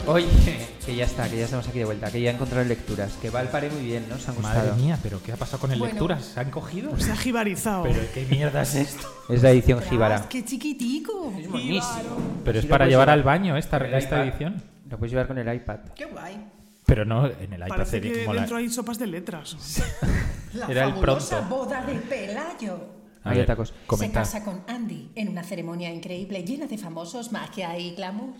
Speaker 2: Oye, que ya está, que ya estamos aquí de vuelta, que ya he encontrado lecturas, que va al paré muy bien, ¿no? Os han
Speaker 3: Madre
Speaker 2: gustado.
Speaker 3: mía, pero ¿qué ha pasado con el
Speaker 5: Bueno.
Speaker 3: lectura? ¿Se han cogido?
Speaker 4: Se ha jibarizado.
Speaker 3: Pero ¿qué mierda es esto?
Speaker 2: Es la edición
Speaker 5: Ostras,
Speaker 2: jíbara.
Speaker 5: ¡Qué chiquitico!
Speaker 2: Es buenísimo.
Speaker 3: Pero es
Speaker 2: Sí, lo
Speaker 3: para
Speaker 2: puedes
Speaker 3: llevar al baño esta,
Speaker 2: con el
Speaker 3: esta
Speaker 2: iPad.
Speaker 3: edición.
Speaker 2: Lo puedes llevar con el iPad.
Speaker 1: Qué guay.
Speaker 3: Pero no en el iPad
Speaker 4: Parece
Speaker 3: sería
Speaker 4: que
Speaker 3: mola.
Speaker 4: dentro hay sopas de letras.
Speaker 5: La
Speaker 3: Era el
Speaker 5: fabulosa
Speaker 3: pronto.
Speaker 5: boda de Pelayo.
Speaker 3: A
Speaker 2: Hay
Speaker 3: ver,
Speaker 2: otacos.
Speaker 3: comenta.
Speaker 5: Se casa con Andy en una ceremonia increíble llena de famosos, magia y glamour.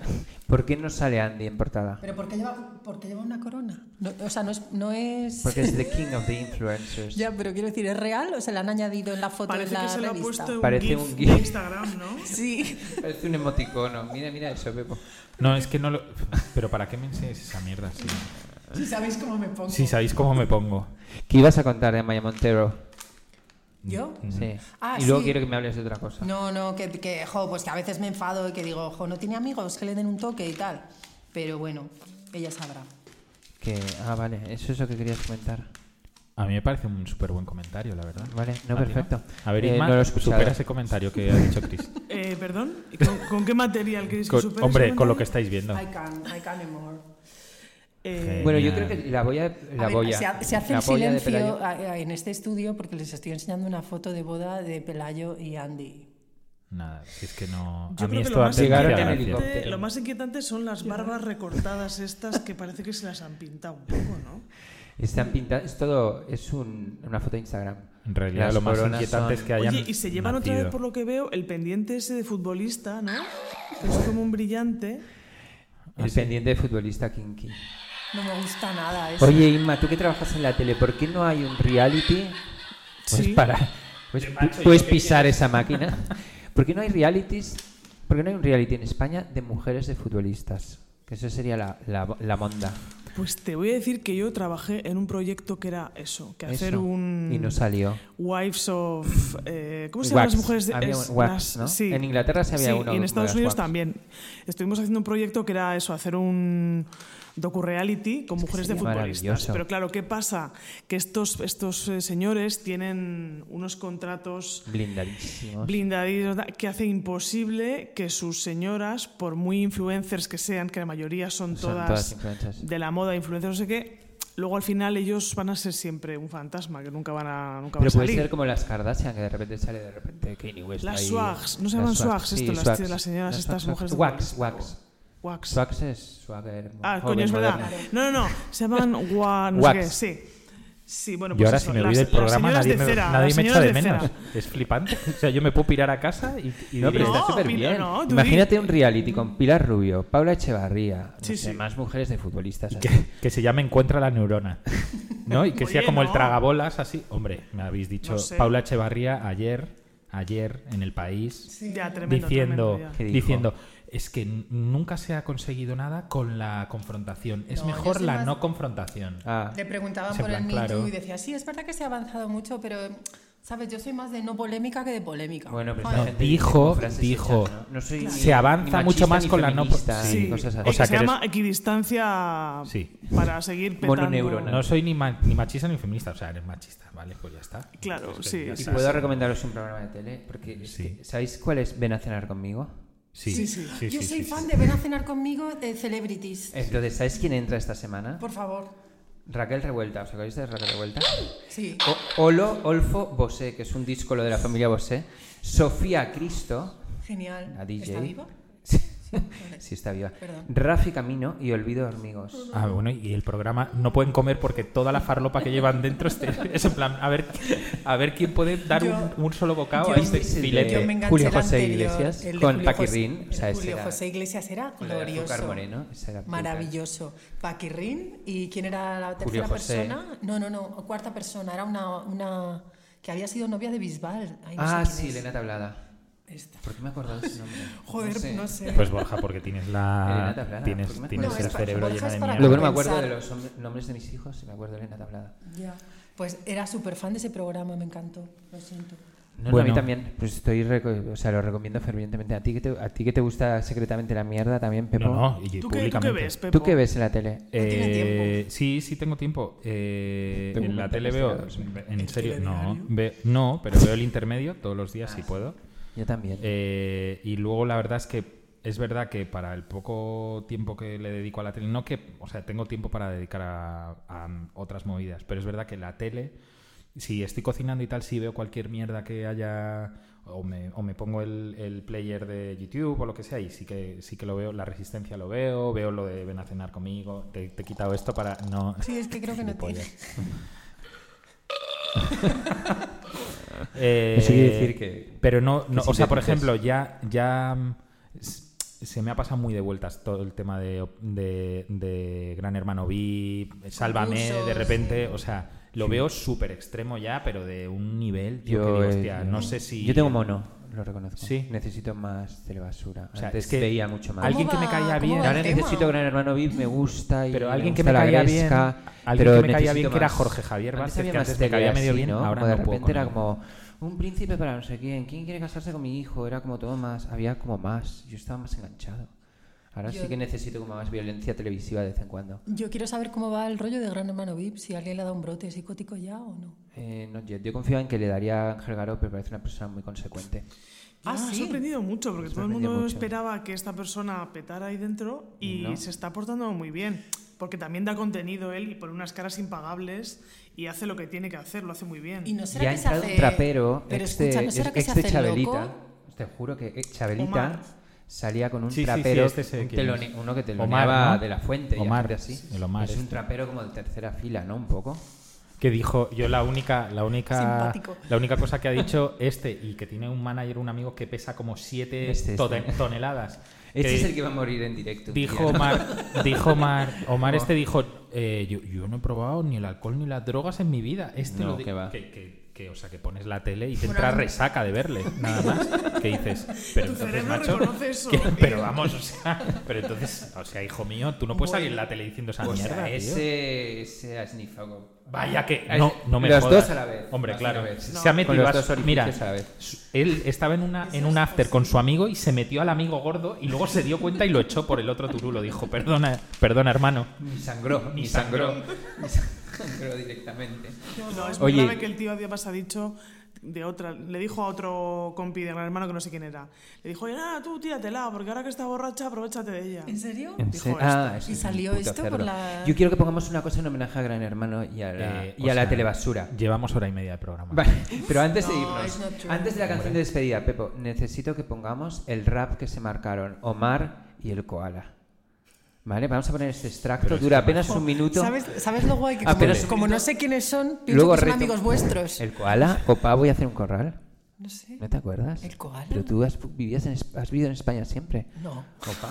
Speaker 2: ¿Por qué no sale Andy en portada?
Speaker 5: ¿Pero por qué lleva, por qué lleva una corona? No- o sea, no es... No es...
Speaker 2: Porque es The King of the Influencers.
Speaker 5: Ya, pero quiero decir, ¿es real o se la han añadido en la foto de
Speaker 4: Parece
Speaker 5: la
Speaker 4: que se lo ha
Speaker 5: revista?
Speaker 4: puesto un
Speaker 2: Parece
Speaker 4: GIF de
Speaker 2: un GIF.
Speaker 4: Instagram, ¿no?
Speaker 5: Sí.
Speaker 2: Parece un emoticono. Mira, mira eso, Pepo.
Speaker 3: No, es que no lo. Pero ¿para qué me enseñas esa mierda? Si
Speaker 5: Si sabéis cómo me pongo.
Speaker 3: si sabéis cómo me pongo.
Speaker 2: ¿Qué ibas a contar de Maya Montero?
Speaker 5: ¿Yo?
Speaker 2: Sí.
Speaker 5: Ah,
Speaker 2: y luego
Speaker 5: sí.
Speaker 2: quiero que me hables de otra cosa.
Speaker 5: No, no, que, que, jo, pues que a veces me enfado y que digo, jo, no tiene amigos, que le den un toque y tal. Pero bueno, ella sabrá.
Speaker 2: Que, ah, vale, eso es lo que querías comentar.
Speaker 3: A mí me parece un súper buen comentario, la verdad.
Speaker 2: Vale, no,
Speaker 3: ¿A ti
Speaker 2: perfecto.
Speaker 3: A ver,
Speaker 2: Eh,
Speaker 3: Isma,
Speaker 2: no lo he escuchado.
Speaker 3: supera ese comentario que ha dicho Chris.
Speaker 4: Eh, ¿Perdón? ¿Y ¿Con, con qué material queréis que
Speaker 3: Con-
Speaker 4: supere
Speaker 3: hombre,
Speaker 4: ese
Speaker 3: con lo que
Speaker 4: manual?
Speaker 3: estáis viendo.
Speaker 5: I can, I can more.
Speaker 4: Eh,
Speaker 2: Bueno, yo creo
Speaker 3: Genial.
Speaker 2: que la voy a. La
Speaker 5: A ver,
Speaker 2: voy a-
Speaker 5: se, ha- se hace
Speaker 2: la
Speaker 5: el
Speaker 2: polla de
Speaker 5: silencio
Speaker 2: Pelayo.
Speaker 5: a- a- en este estudio porque les estoy enseñando una foto de boda de Pelayo y Andy.
Speaker 3: Nada, si es que no.
Speaker 4: Yo
Speaker 3: a mí
Speaker 4: creo que
Speaker 3: esto
Speaker 4: lo más,
Speaker 3: antes me
Speaker 2: Llegaron
Speaker 3: hacía
Speaker 2: en
Speaker 3: gracia.
Speaker 2: helicóptero.
Speaker 4: inquietante, eh, lo más inquietante son las barbas recortadas estas que parece que se las han pintado un poco, ¿no?
Speaker 3: Este
Speaker 2: Están pintadas. Es todo. Es un- una foto de Instagram.
Speaker 3: En realidad,
Speaker 2: Las
Speaker 3: lo más
Speaker 2: coronas
Speaker 3: inquietante es
Speaker 2: son-
Speaker 3: que hayan.
Speaker 4: Oye, y se llevan otra
Speaker 3: nacido.
Speaker 4: vez, por lo que veo, el pendiente ese de futbolista, ¿no? Que es como un brillante.
Speaker 2: El pendiente de futbolista Kinky.
Speaker 5: No me gusta nada eso.
Speaker 2: Oye, Inma, tú que trabajas en la tele, ¿por qué no hay un reality? Pues
Speaker 4: Sí.
Speaker 2: para. Pues, puedes pisar esa máquina. ¿Por qué no hay realities? ¿Por qué no hay un reality en España de mujeres de futbolistas? Que eso sería la, la, la monda.
Speaker 4: Pues te voy a decir que yo trabajé en un proyecto que era eso, que hacer
Speaker 2: Eso.
Speaker 4: un...
Speaker 2: Y no salió.
Speaker 4: Wives of. eh, ¿Cómo se llaman
Speaker 2: Wags.
Speaker 4: las mujeres? de-
Speaker 2: Había
Speaker 4: es-
Speaker 2: un- wags,
Speaker 4: las-
Speaker 2: ¿no? En Inglaterra se había
Speaker 4: Sí,
Speaker 2: uno
Speaker 4: Y en
Speaker 2: de
Speaker 4: Estados
Speaker 2: las
Speaker 4: Unidos
Speaker 2: wags.
Speaker 4: también. Estuvimos haciendo un proyecto que era eso, hacer un docu-reality con mujeres de
Speaker 2: sería
Speaker 4: futbolistas.
Speaker 2: maravilloso.
Speaker 4: Pero claro, ¿qué pasa? Que estos, estos eh, señores tienen unos contratos
Speaker 2: Blindadísimo.
Speaker 4: blindadillos da- que hace imposible que sus señoras, por muy influencers que sean, que la mayoría son,
Speaker 2: Son todas
Speaker 4: todas,
Speaker 2: influencers.
Speaker 4: de la moda, influencers, no sé qué, luego al final ellos van a ser siempre un fantasma, que nunca van a, nunca va
Speaker 2: Pero
Speaker 4: a
Speaker 2: puede
Speaker 4: salir.
Speaker 2: ser como las Kardashian, que de repente sale de repente Kanye West.
Speaker 4: Las
Speaker 2: ahí.
Speaker 4: swags, ¿no se
Speaker 2: Las
Speaker 4: llaman swags
Speaker 2: sí,
Speaker 4: esto, las
Speaker 2: swags.
Speaker 4: tías, las señoras,
Speaker 2: Las
Speaker 4: estas
Speaker 2: swags,
Speaker 4: mujeres de
Speaker 2: Wax,
Speaker 4: futbolistas?
Speaker 2: wax.
Speaker 4: Wax.
Speaker 2: Swags es swagger.
Speaker 4: Ah,
Speaker 2: joven,
Speaker 4: coño, es verdad.
Speaker 2: moderno.
Speaker 4: No, no, no, se llaman wa, no sé
Speaker 2: Wax.
Speaker 4: qué, sí. Sí, bueno,
Speaker 3: Yo
Speaker 4: pues
Speaker 3: ahora,
Speaker 4: eso,
Speaker 3: si me
Speaker 4: las-
Speaker 3: voy del
Speaker 4: las
Speaker 3: programa,
Speaker 4: señoras
Speaker 3: nadie,
Speaker 4: de
Speaker 3: me,
Speaker 4: cera,
Speaker 3: nadie
Speaker 4: las
Speaker 3: me echa de
Speaker 4: señoras
Speaker 3: menos.
Speaker 4: cera.
Speaker 3: Es flipante. O sea, yo me puedo pirar a casa y, y
Speaker 2: No, pero
Speaker 3: diré,
Speaker 4: No,
Speaker 2: está súper
Speaker 4: Pilar,
Speaker 2: bien.
Speaker 4: no, tú di-
Speaker 2: Imagínate un reality con Pilar Rubio, Paula Echevarría, no
Speaker 4: Sí,
Speaker 2: sé,
Speaker 4: sí.
Speaker 2: más mujeres de futbolistas.
Speaker 3: que,
Speaker 2: así.
Speaker 3: que se llame Encuentra la neurona. ¿No? Y que sea
Speaker 4: Oye,
Speaker 3: como el
Speaker 4: no.
Speaker 3: tragabolas, así. Hombre, me habéis dicho
Speaker 4: No sé.
Speaker 3: Paula Echevarría ayer, ayer en el país,
Speaker 4: Ya, tremendo,
Speaker 3: diciendo,
Speaker 4: tremendo, ya.
Speaker 2: ¿Qué dijo?
Speaker 3: diciendo. Es que n- nunca se ha conseguido nada con la confrontación. Es
Speaker 5: No, yo
Speaker 3: mejor
Speaker 5: soy
Speaker 3: la
Speaker 5: más-
Speaker 3: no confrontación.
Speaker 2: Ah,
Speaker 5: Le preguntaban
Speaker 3: Es en
Speaker 5: por
Speaker 3: plan,
Speaker 5: el Me
Speaker 3: claro.
Speaker 5: Too y decía, sí, es verdad que se ha avanzado mucho, pero, ¿sabes? Yo soy más de no polémica que de polémica.
Speaker 2: bueno, pero
Speaker 5: Joder.
Speaker 3: No,
Speaker 2: esta gente
Speaker 3: dijo,
Speaker 2: dice frases
Speaker 3: dijo.
Speaker 2: hechas, ¿no? No soy ni-
Speaker 3: Se avanza
Speaker 2: ni
Speaker 3: mucho
Speaker 2: machista,
Speaker 3: más
Speaker 2: ni
Speaker 3: con la no-
Speaker 2: feminista,
Speaker 3: Sí.
Speaker 2: ni cosas así.
Speaker 4: O
Speaker 3: O sea,
Speaker 4: se
Speaker 3: que eres-
Speaker 4: llama equidistancia
Speaker 3: Sí.
Speaker 4: para seguir petando.
Speaker 2: Mononeurona.
Speaker 3: No soy ni, ma- ni machista ni feminista. O sea, eres machista, ¿vale? Pues ya está.
Speaker 4: Claro,
Speaker 3: Pues
Speaker 4: sí.
Speaker 3: ya
Speaker 2: Y
Speaker 3: está.
Speaker 2: puedo recomendaros un programa de tele, porque es
Speaker 3: Sí.
Speaker 2: que- ¿sabéis cuál es Ven a cenar conmigo?
Speaker 3: Sí,
Speaker 4: Sí,
Speaker 3: sí,
Speaker 4: sí.
Speaker 3: sí,
Speaker 5: Yo
Speaker 3: sí,
Speaker 5: soy
Speaker 3: sí.
Speaker 5: fan de Ven a cenar conmigo de celebrities.
Speaker 2: Entonces, ¿sabéis quién entra esta semana?
Speaker 5: Por favor.
Speaker 2: Raquel Revuelta, ¿os acordáis de Raquel Revuelta?
Speaker 5: Sí.
Speaker 2: O- Olo Olfo Bosé, que es un disco de la familia Bosé. Sofía Cristo,
Speaker 5: Genial.
Speaker 2: la DJ.
Speaker 5: ¿Está viva?
Speaker 2: Sí,
Speaker 5: Vale.
Speaker 2: sí, está viva.
Speaker 5: Perdón.
Speaker 2: Rafi Camino y Olvido Hormigos.
Speaker 3: Ah, bueno, y el programa no pueden comer porque toda la farlopa que llevan dentro este- es en plan, a ver, a ver quién puede dar
Speaker 5: Yo-
Speaker 3: un, un solo bocado a
Speaker 5: yo-
Speaker 3: este
Speaker 2: yo me
Speaker 5: Yo
Speaker 3: filete.
Speaker 5: me enganché
Speaker 2: Julio
Speaker 5: al
Speaker 2: José
Speaker 5: anterior,
Speaker 2: Iglesias,
Speaker 5: el de
Speaker 2: con
Speaker 5: Julio
Speaker 2: Paquirrín,
Speaker 5: José-
Speaker 2: o sea, ese
Speaker 5: Julio
Speaker 2: era-
Speaker 5: José Iglesias era
Speaker 2: la de azúcar
Speaker 5: glorioso.
Speaker 2: moreno, esa era brutal.
Speaker 5: maravilloso. Paquirrín. ¿Y quién era la tercera
Speaker 2: José.
Speaker 5: persona? No, no, no. Cuarta persona. Era una, una que había sido novia de Bisbal. Ay, no sé
Speaker 2: ah,
Speaker 5: quién
Speaker 2: sí,
Speaker 5: es.
Speaker 2: Elena Tablada.
Speaker 5: Esta.
Speaker 2: ¿Por qué me he acordado de ese nombre?
Speaker 5: Joder, no sé.
Speaker 3: Pues Borja, porque tienes
Speaker 2: Elena
Speaker 3: la.
Speaker 2: Tablada,
Speaker 3: Tienes,
Speaker 2: ¿por qué me
Speaker 3: tienes
Speaker 5: acuerdo?
Speaker 3: el
Speaker 5: No, es pa-
Speaker 3: cerebro
Speaker 5: Borja
Speaker 3: lleno
Speaker 5: es
Speaker 3: de
Speaker 5: para
Speaker 3: mierda.
Speaker 2: Lo que no me acuerdo
Speaker 5: pensar.
Speaker 2: de los hom- nombres de mis hijos, si me acuerdo de Elena Tablada.
Speaker 5: Ya. Pues era súper fan de ese programa, me encantó. Lo siento.
Speaker 2: No, no, a
Speaker 3: Bueno.
Speaker 2: mí también. Pues estoy, reco- o sea, lo recomiendo fervientemente. A ti que te, a ti que te gusta secretamente la mierda también, Pepo.
Speaker 3: No, no,
Speaker 4: ¿Tú
Speaker 3: y
Speaker 4: qué, tú qué
Speaker 3: públicamente.
Speaker 4: ves, Pepo?
Speaker 2: ¿Tú qué ves en la tele?
Speaker 5: No Ah, tiene
Speaker 3: Eh,
Speaker 5: tiempo.
Speaker 3: sí, sí tengo tiempo. Eh,
Speaker 2: Tengo
Speaker 3: en la
Speaker 2: un
Speaker 3: tele veo,
Speaker 2: telediario, sí.
Speaker 3: en serio, no,
Speaker 4: telediario?
Speaker 3: ve- no, pero veo el intermedio todos los días si puedo.
Speaker 2: Ah, Yo también.
Speaker 3: Eh, y luego la verdad es que es verdad que para el poco tiempo que le dedico a la tele, no que, o sea, tengo tiempo para dedicar a, a otras movidas, pero es verdad que la tele, si estoy cocinando y tal, si veo cualquier mierda que haya, o me, o me pongo el, el player de YouTube o lo que sea, y sí que, sí que lo veo, la resistencia lo veo, veo lo de ven a cenar conmigo, te, te he quitado esto para no...
Speaker 5: Sí, es que creo que no tiene.
Speaker 3: Gilipollas. Eh,
Speaker 2: Eso quiere decir que-
Speaker 3: Pero no, no,
Speaker 2: que
Speaker 3: o sea, por
Speaker 2: sintetices.
Speaker 3: ejemplo, ya, ya mm, s- se me ha pasado muy de vueltas todo el tema de, de- de Gran Hermano VIP, eh, Sálvame,
Speaker 5: Concursos,
Speaker 3: de repente, o sea, lo veo súper extremo ya, pero de un nivel, tío, que digo,
Speaker 2: eh,
Speaker 3: hostia, no sé si...
Speaker 2: Yo tengo mono, lo reconozco.
Speaker 3: Sí.
Speaker 2: Necesito más telebasura.
Speaker 3: O sea,
Speaker 2: Antes
Speaker 3: es que
Speaker 2: veía mucho más.
Speaker 3: Alguien que me
Speaker 5: ¿Cómo va- cómo
Speaker 3: caía bien.
Speaker 5: va el
Speaker 2: Ahora
Speaker 5: tema?
Speaker 2: necesito Gran Hermano VIP, me gusta. Y
Speaker 3: Pero
Speaker 2: me
Speaker 3: alguien que
Speaker 2: gusta
Speaker 3: me
Speaker 2: la
Speaker 3: caía
Speaker 2: gresca,
Speaker 3: bien- alguien
Speaker 2: pero
Speaker 3: que me caía
Speaker 2: necesito
Speaker 3: bien que era
Speaker 2: más.
Speaker 3: Jorge Javier
Speaker 2: Antes
Speaker 3: Vázquez,
Speaker 2: había
Speaker 3: que
Speaker 2: más
Speaker 3: antes me
Speaker 2: tele
Speaker 3: caía medio
Speaker 2: así,
Speaker 3: bien,
Speaker 2: ¿no?
Speaker 3: ahora
Speaker 2: Como de
Speaker 3: no puedo
Speaker 2: repente
Speaker 3: con
Speaker 2: era
Speaker 3: él.
Speaker 2: como un príncipe para no sé quién. ¿Quién quiere casarse con mi hijo? Era como todo más. Había como más. Yo estaba más enganchado. Ahora
Speaker 5: Yo-
Speaker 2: sí que necesito como más violencia televisiva de vez en cuando.
Speaker 5: Yo quiero saber cómo va el rollo de Gran Hermano VIP, si alguien le ha dado un brote psicótico ya o no.
Speaker 2: Eh, no, yo, yo confío en que le daría a Ángel Garo, pero parece una persona muy consecuente.
Speaker 4: Ya,
Speaker 5: Ah,
Speaker 4: me ha
Speaker 5: sí.
Speaker 4: sorprendido mucho porque
Speaker 2: Me
Speaker 4: todo el
Speaker 2: sorprendió
Speaker 4: mundo
Speaker 2: mucho.
Speaker 4: esperaba que esta persona petara ahí dentro y
Speaker 2: No.
Speaker 4: se está portando muy bien. Porque también da contenido él y pone unas caras impagables y hace lo que tiene que hacer, lo hace muy bien.
Speaker 5: Y no será
Speaker 2: y ha
Speaker 5: que se
Speaker 2: entrado
Speaker 5: hace...
Speaker 2: un trapero,
Speaker 5: Pero
Speaker 2: este,
Speaker 5: escucha, ¿no será que se
Speaker 2: este
Speaker 5: hace el
Speaker 2: Chabelita,
Speaker 5: loco?
Speaker 2: te juro que eh, Chabelita
Speaker 4: Omar.
Speaker 2: salía con un
Speaker 3: Sí, sí, sí,
Speaker 2: trapero,
Speaker 3: este sé
Speaker 2: un
Speaker 3: quién
Speaker 2: telone-
Speaker 3: es.
Speaker 2: uno que te
Speaker 3: Omar, ¿no?
Speaker 2: de la fuente, y
Speaker 3: Omar,
Speaker 2: gente así.
Speaker 3: el Omar
Speaker 2: es un
Speaker 3: este.
Speaker 2: trapero como de tercera fila, ¿no? Un poco.
Speaker 3: que dijo yo la única la única
Speaker 5: Simpático.
Speaker 3: la única cosa que ha dicho este y que tiene un manager un amigo que pesa como 7
Speaker 2: Este, este.
Speaker 3: toneladas
Speaker 2: Este
Speaker 3: que
Speaker 2: es el que va a morir en directo. un
Speaker 3: dijo
Speaker 2: día, ¿no?
Speaker 3: Omar dijo Omar Omar este dijo eh, yo, yo no he probado ni el alcohol ni las drogas en mi vida este
Speaker 2: No,
Speaker 3: lo di-
Speaker 2: que va.
Speaker 3: Que, que- que, o sea que pones la tele y te
Speaker 5: Bueno,
Speaker 3: entra
Speaker 5: a mí-
Speaker 3: resaca de verle nada más que dices pero
Speaker 4: Tu
Speaker 3: entonces
Speaker 4: cerebro
Speaker 3: macho
Speaker 4: reconoce eso,
Speaker 3: que-
Speaker 4: tío.
Speaker 3: pero vamos o sea pero entonces o sea hijo mío tú no puedes salir en la tele diciendo esa
Speaker 2: O Pues sea,
Speaker 3: mierda tío.
Speaker 2: ese, ese ha snifado.
Speaker 3: Vaya que
Speaker 2: Ah,
Speaker 3: no,
Speaker 2: ese-
Speaker 3: no me
Speaker 2: los
Speaker 3: jodas.
Speaker 2: dos a la vez,
Speaker 3: Hombre,
Speaker 2: los
Speaker 3: claro.
Speaker 2: dos a la vez.
Speaker 3: Se ha
Speaker 2: No.
Speaker 3: metido
Speaker 2: Con los
Speaker 3: a-
Speaker 2: dos orificios
Speaker 3: mira,
Speaker 2: a la vez.
Speaker 3: su- él estaba en una en un after con su amigo y se metió al amigo gordo y luego se dio cuenta y lo echó por el otro turulo. Dijo, "Perdona, perdona, hermano."
Speaker 2: Ni sangró, ni sangró. Ni sangró directamente.
Speaker 4: No, es
Speaker 2: Oye.
Speaker 4: muy grave que el tío además ha dicho de otra, le dijo a otro compi de gran hermano que no sé quién era, le dijo, oye, nada, tú tíratela, porque ahora que está borracha, aprovechate de ella.
Speaker 5: ¿En serio?
Speaker 2: ¿En
Speaker 4: Dijo
Speaker 2: serio?
Speaker 4: esto.
Speaker 2: Ah, eso
Speaker 5: Y
Speaker 2: es un
Speaker 5: salió
Speaker 2: puto
Speaker 5: esto por
Speaker 2: cerdo.
Speaker 5: la-
Speaker 2: Yo quiero que pongamos una cosa en homenaje a Gran Hermano y a la,
Speaker 3: Eh,
Speaker 2: y
Speaker 3: o
Speaker 2: a la
Speaker 3: sea,
Speaker 2: telebasura.
Speaker 3: Llevamos hora y media de programa.
Speaker 2: Vale, pero antes de
Speaker 5: No,
Speaker 2: irnos,
Speaker 5: it's not true.
Speaker 2: antes de la canción de despedida, Pepo, necesito que pongamos el rap que se marcaron Omar y el Koala. ¿Vale? Vamos a poner este extracto, dura apenas un minuto.
Speaker 5: ¿Sabes, ¿Sabes lo guay que como,
Speaker 2: Apenas un
Speaker 5: como no
Speaker 2: minuto.
Speaker 5: sé quiénes son, pienso
Speaker 2: Luego
Speaker 5: que son
Speaker 2: reto.
Speaker 5: amigos vuestros?
Speaker 2: ¿El Koala? ¿Copa voy a hacer un corral?
Speaker 5: No sé.
Speaker 2: ¿No te acuerdas?
Speaker 5: ¿El koala?
Speaker 2: Pero tú has, vivías en Es- has vivido en España siempre.
Speaker 5: No.
Speaker 2: ¿Copa?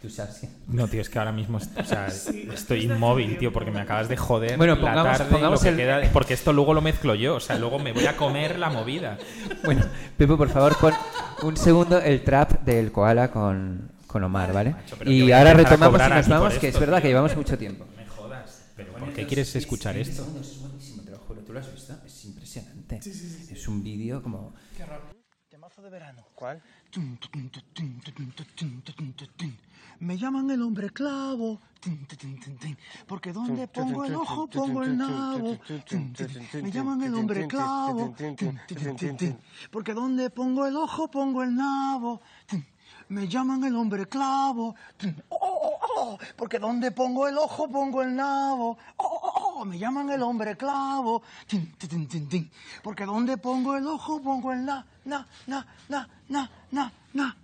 Speaker 2: tú sabes que-
Speaker 3: No, tío, es que ahora mismo o sea, estoy inmóvil, tío, porque me acabas de joder
Speaker 2: Bueno,
Speaker 3: la
Speaker 2: pongamos-
Speaker 3: tarde y
Speaker 2: pongamos
Speaker 3: lo que
Speaker 2: el-
Speaker 3: queda- porque esto luego lo mezclo yo, o sea, luego me voy a comer la movida.
Speaker 2: Bueno, Pepo, por favor, pon un segundo el trap del koala con, con Omar, ¿vale?
Speaker 3: Macho, pero te
Speaker 2: y
Speaker 3: voy a
Speaker 2: ahora
Speaker 3: empezar a
Speaker 2: retomamos y
Speaker 3: cobrar
Speaker 2: nos
Speaker 3: aquí por
Speaker 2: vamos, que es
Speaker 3: esto,
Speaker 2: verdad que
Speaker 3: tío.
Speaker 2: llevamos mucho tiempo.
Speaker 3: Me jodas, pero ¿por qué quieres escuchar esto?
Speaker 2: Es buenísimo, te lo juro. ¿Tú lo has visto? Es impresionante. Es un vídeo como...
Speaker 9: Temazo de verano. ¿Cuál? Me llaman el hombre clavo. tun, tu, tun, tun, tun, Porque donde pongo el ojo, pongo el nabo. Tun, tun, tun. Me llaman el hombre clavo. tun, tun, tun, tun, tun, Porque donde pongo el ojo, pongo el nabo. Tun. Me llaman el hombre clavo. tun. Oh, oh, oh, oh, Porque donde pongo el ojo, pongo el nabo. Oh, oh, oh, oh, Me llaman el hombre clavo. Tin, tin, tin, tin, tin. Porque donde pongo el ojo, pongo el na, na, na, na, na, na, na.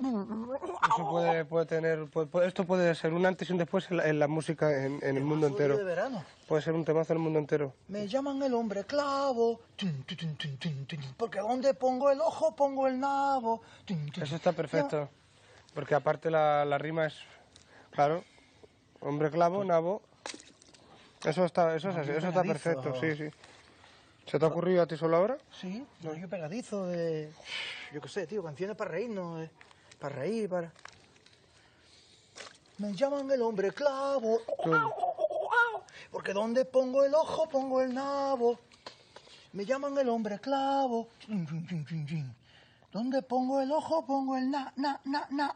Speaker 11: Eso puede, puede tener, puede- puede- esto puede ser un antes y un después en la, en la música en, en el mundo entero.
Speaker 9: De verano.
Speaker 11: Puede ser un temazo en el mundo entero.
Speaker 9: Me llaman el hombre clavo. Tun, tun, tun, tun, tun, tun. Porque donde pongo el ojo, pongo el nabo. Tun, tun.
Speaker 11: Eso está perfecto. Porque aparte la, la rima es, claro, hombre clavo, nabo, Eso está, eso es así,
Speaker 9: Pues Aquí
Speaker 11: eso está
Speaker 9: pegadizo.
Speaker 11: perfecto, sí, sí. ¿Se te ha ocurrido a ti solo ahora?
Speaker 9: Sí, no, yo pegadizo de. Yo qué sé, tío, canciones para reírnos, eh, para reír, para. Me llaman el hombre clavo. Porque donde pongo el ojo, pongo el nabo. Me llaman el hombre clavo. Chin, chin, chin, chin, chin. Donde pongo el ojo, pongo el na, na, na, na.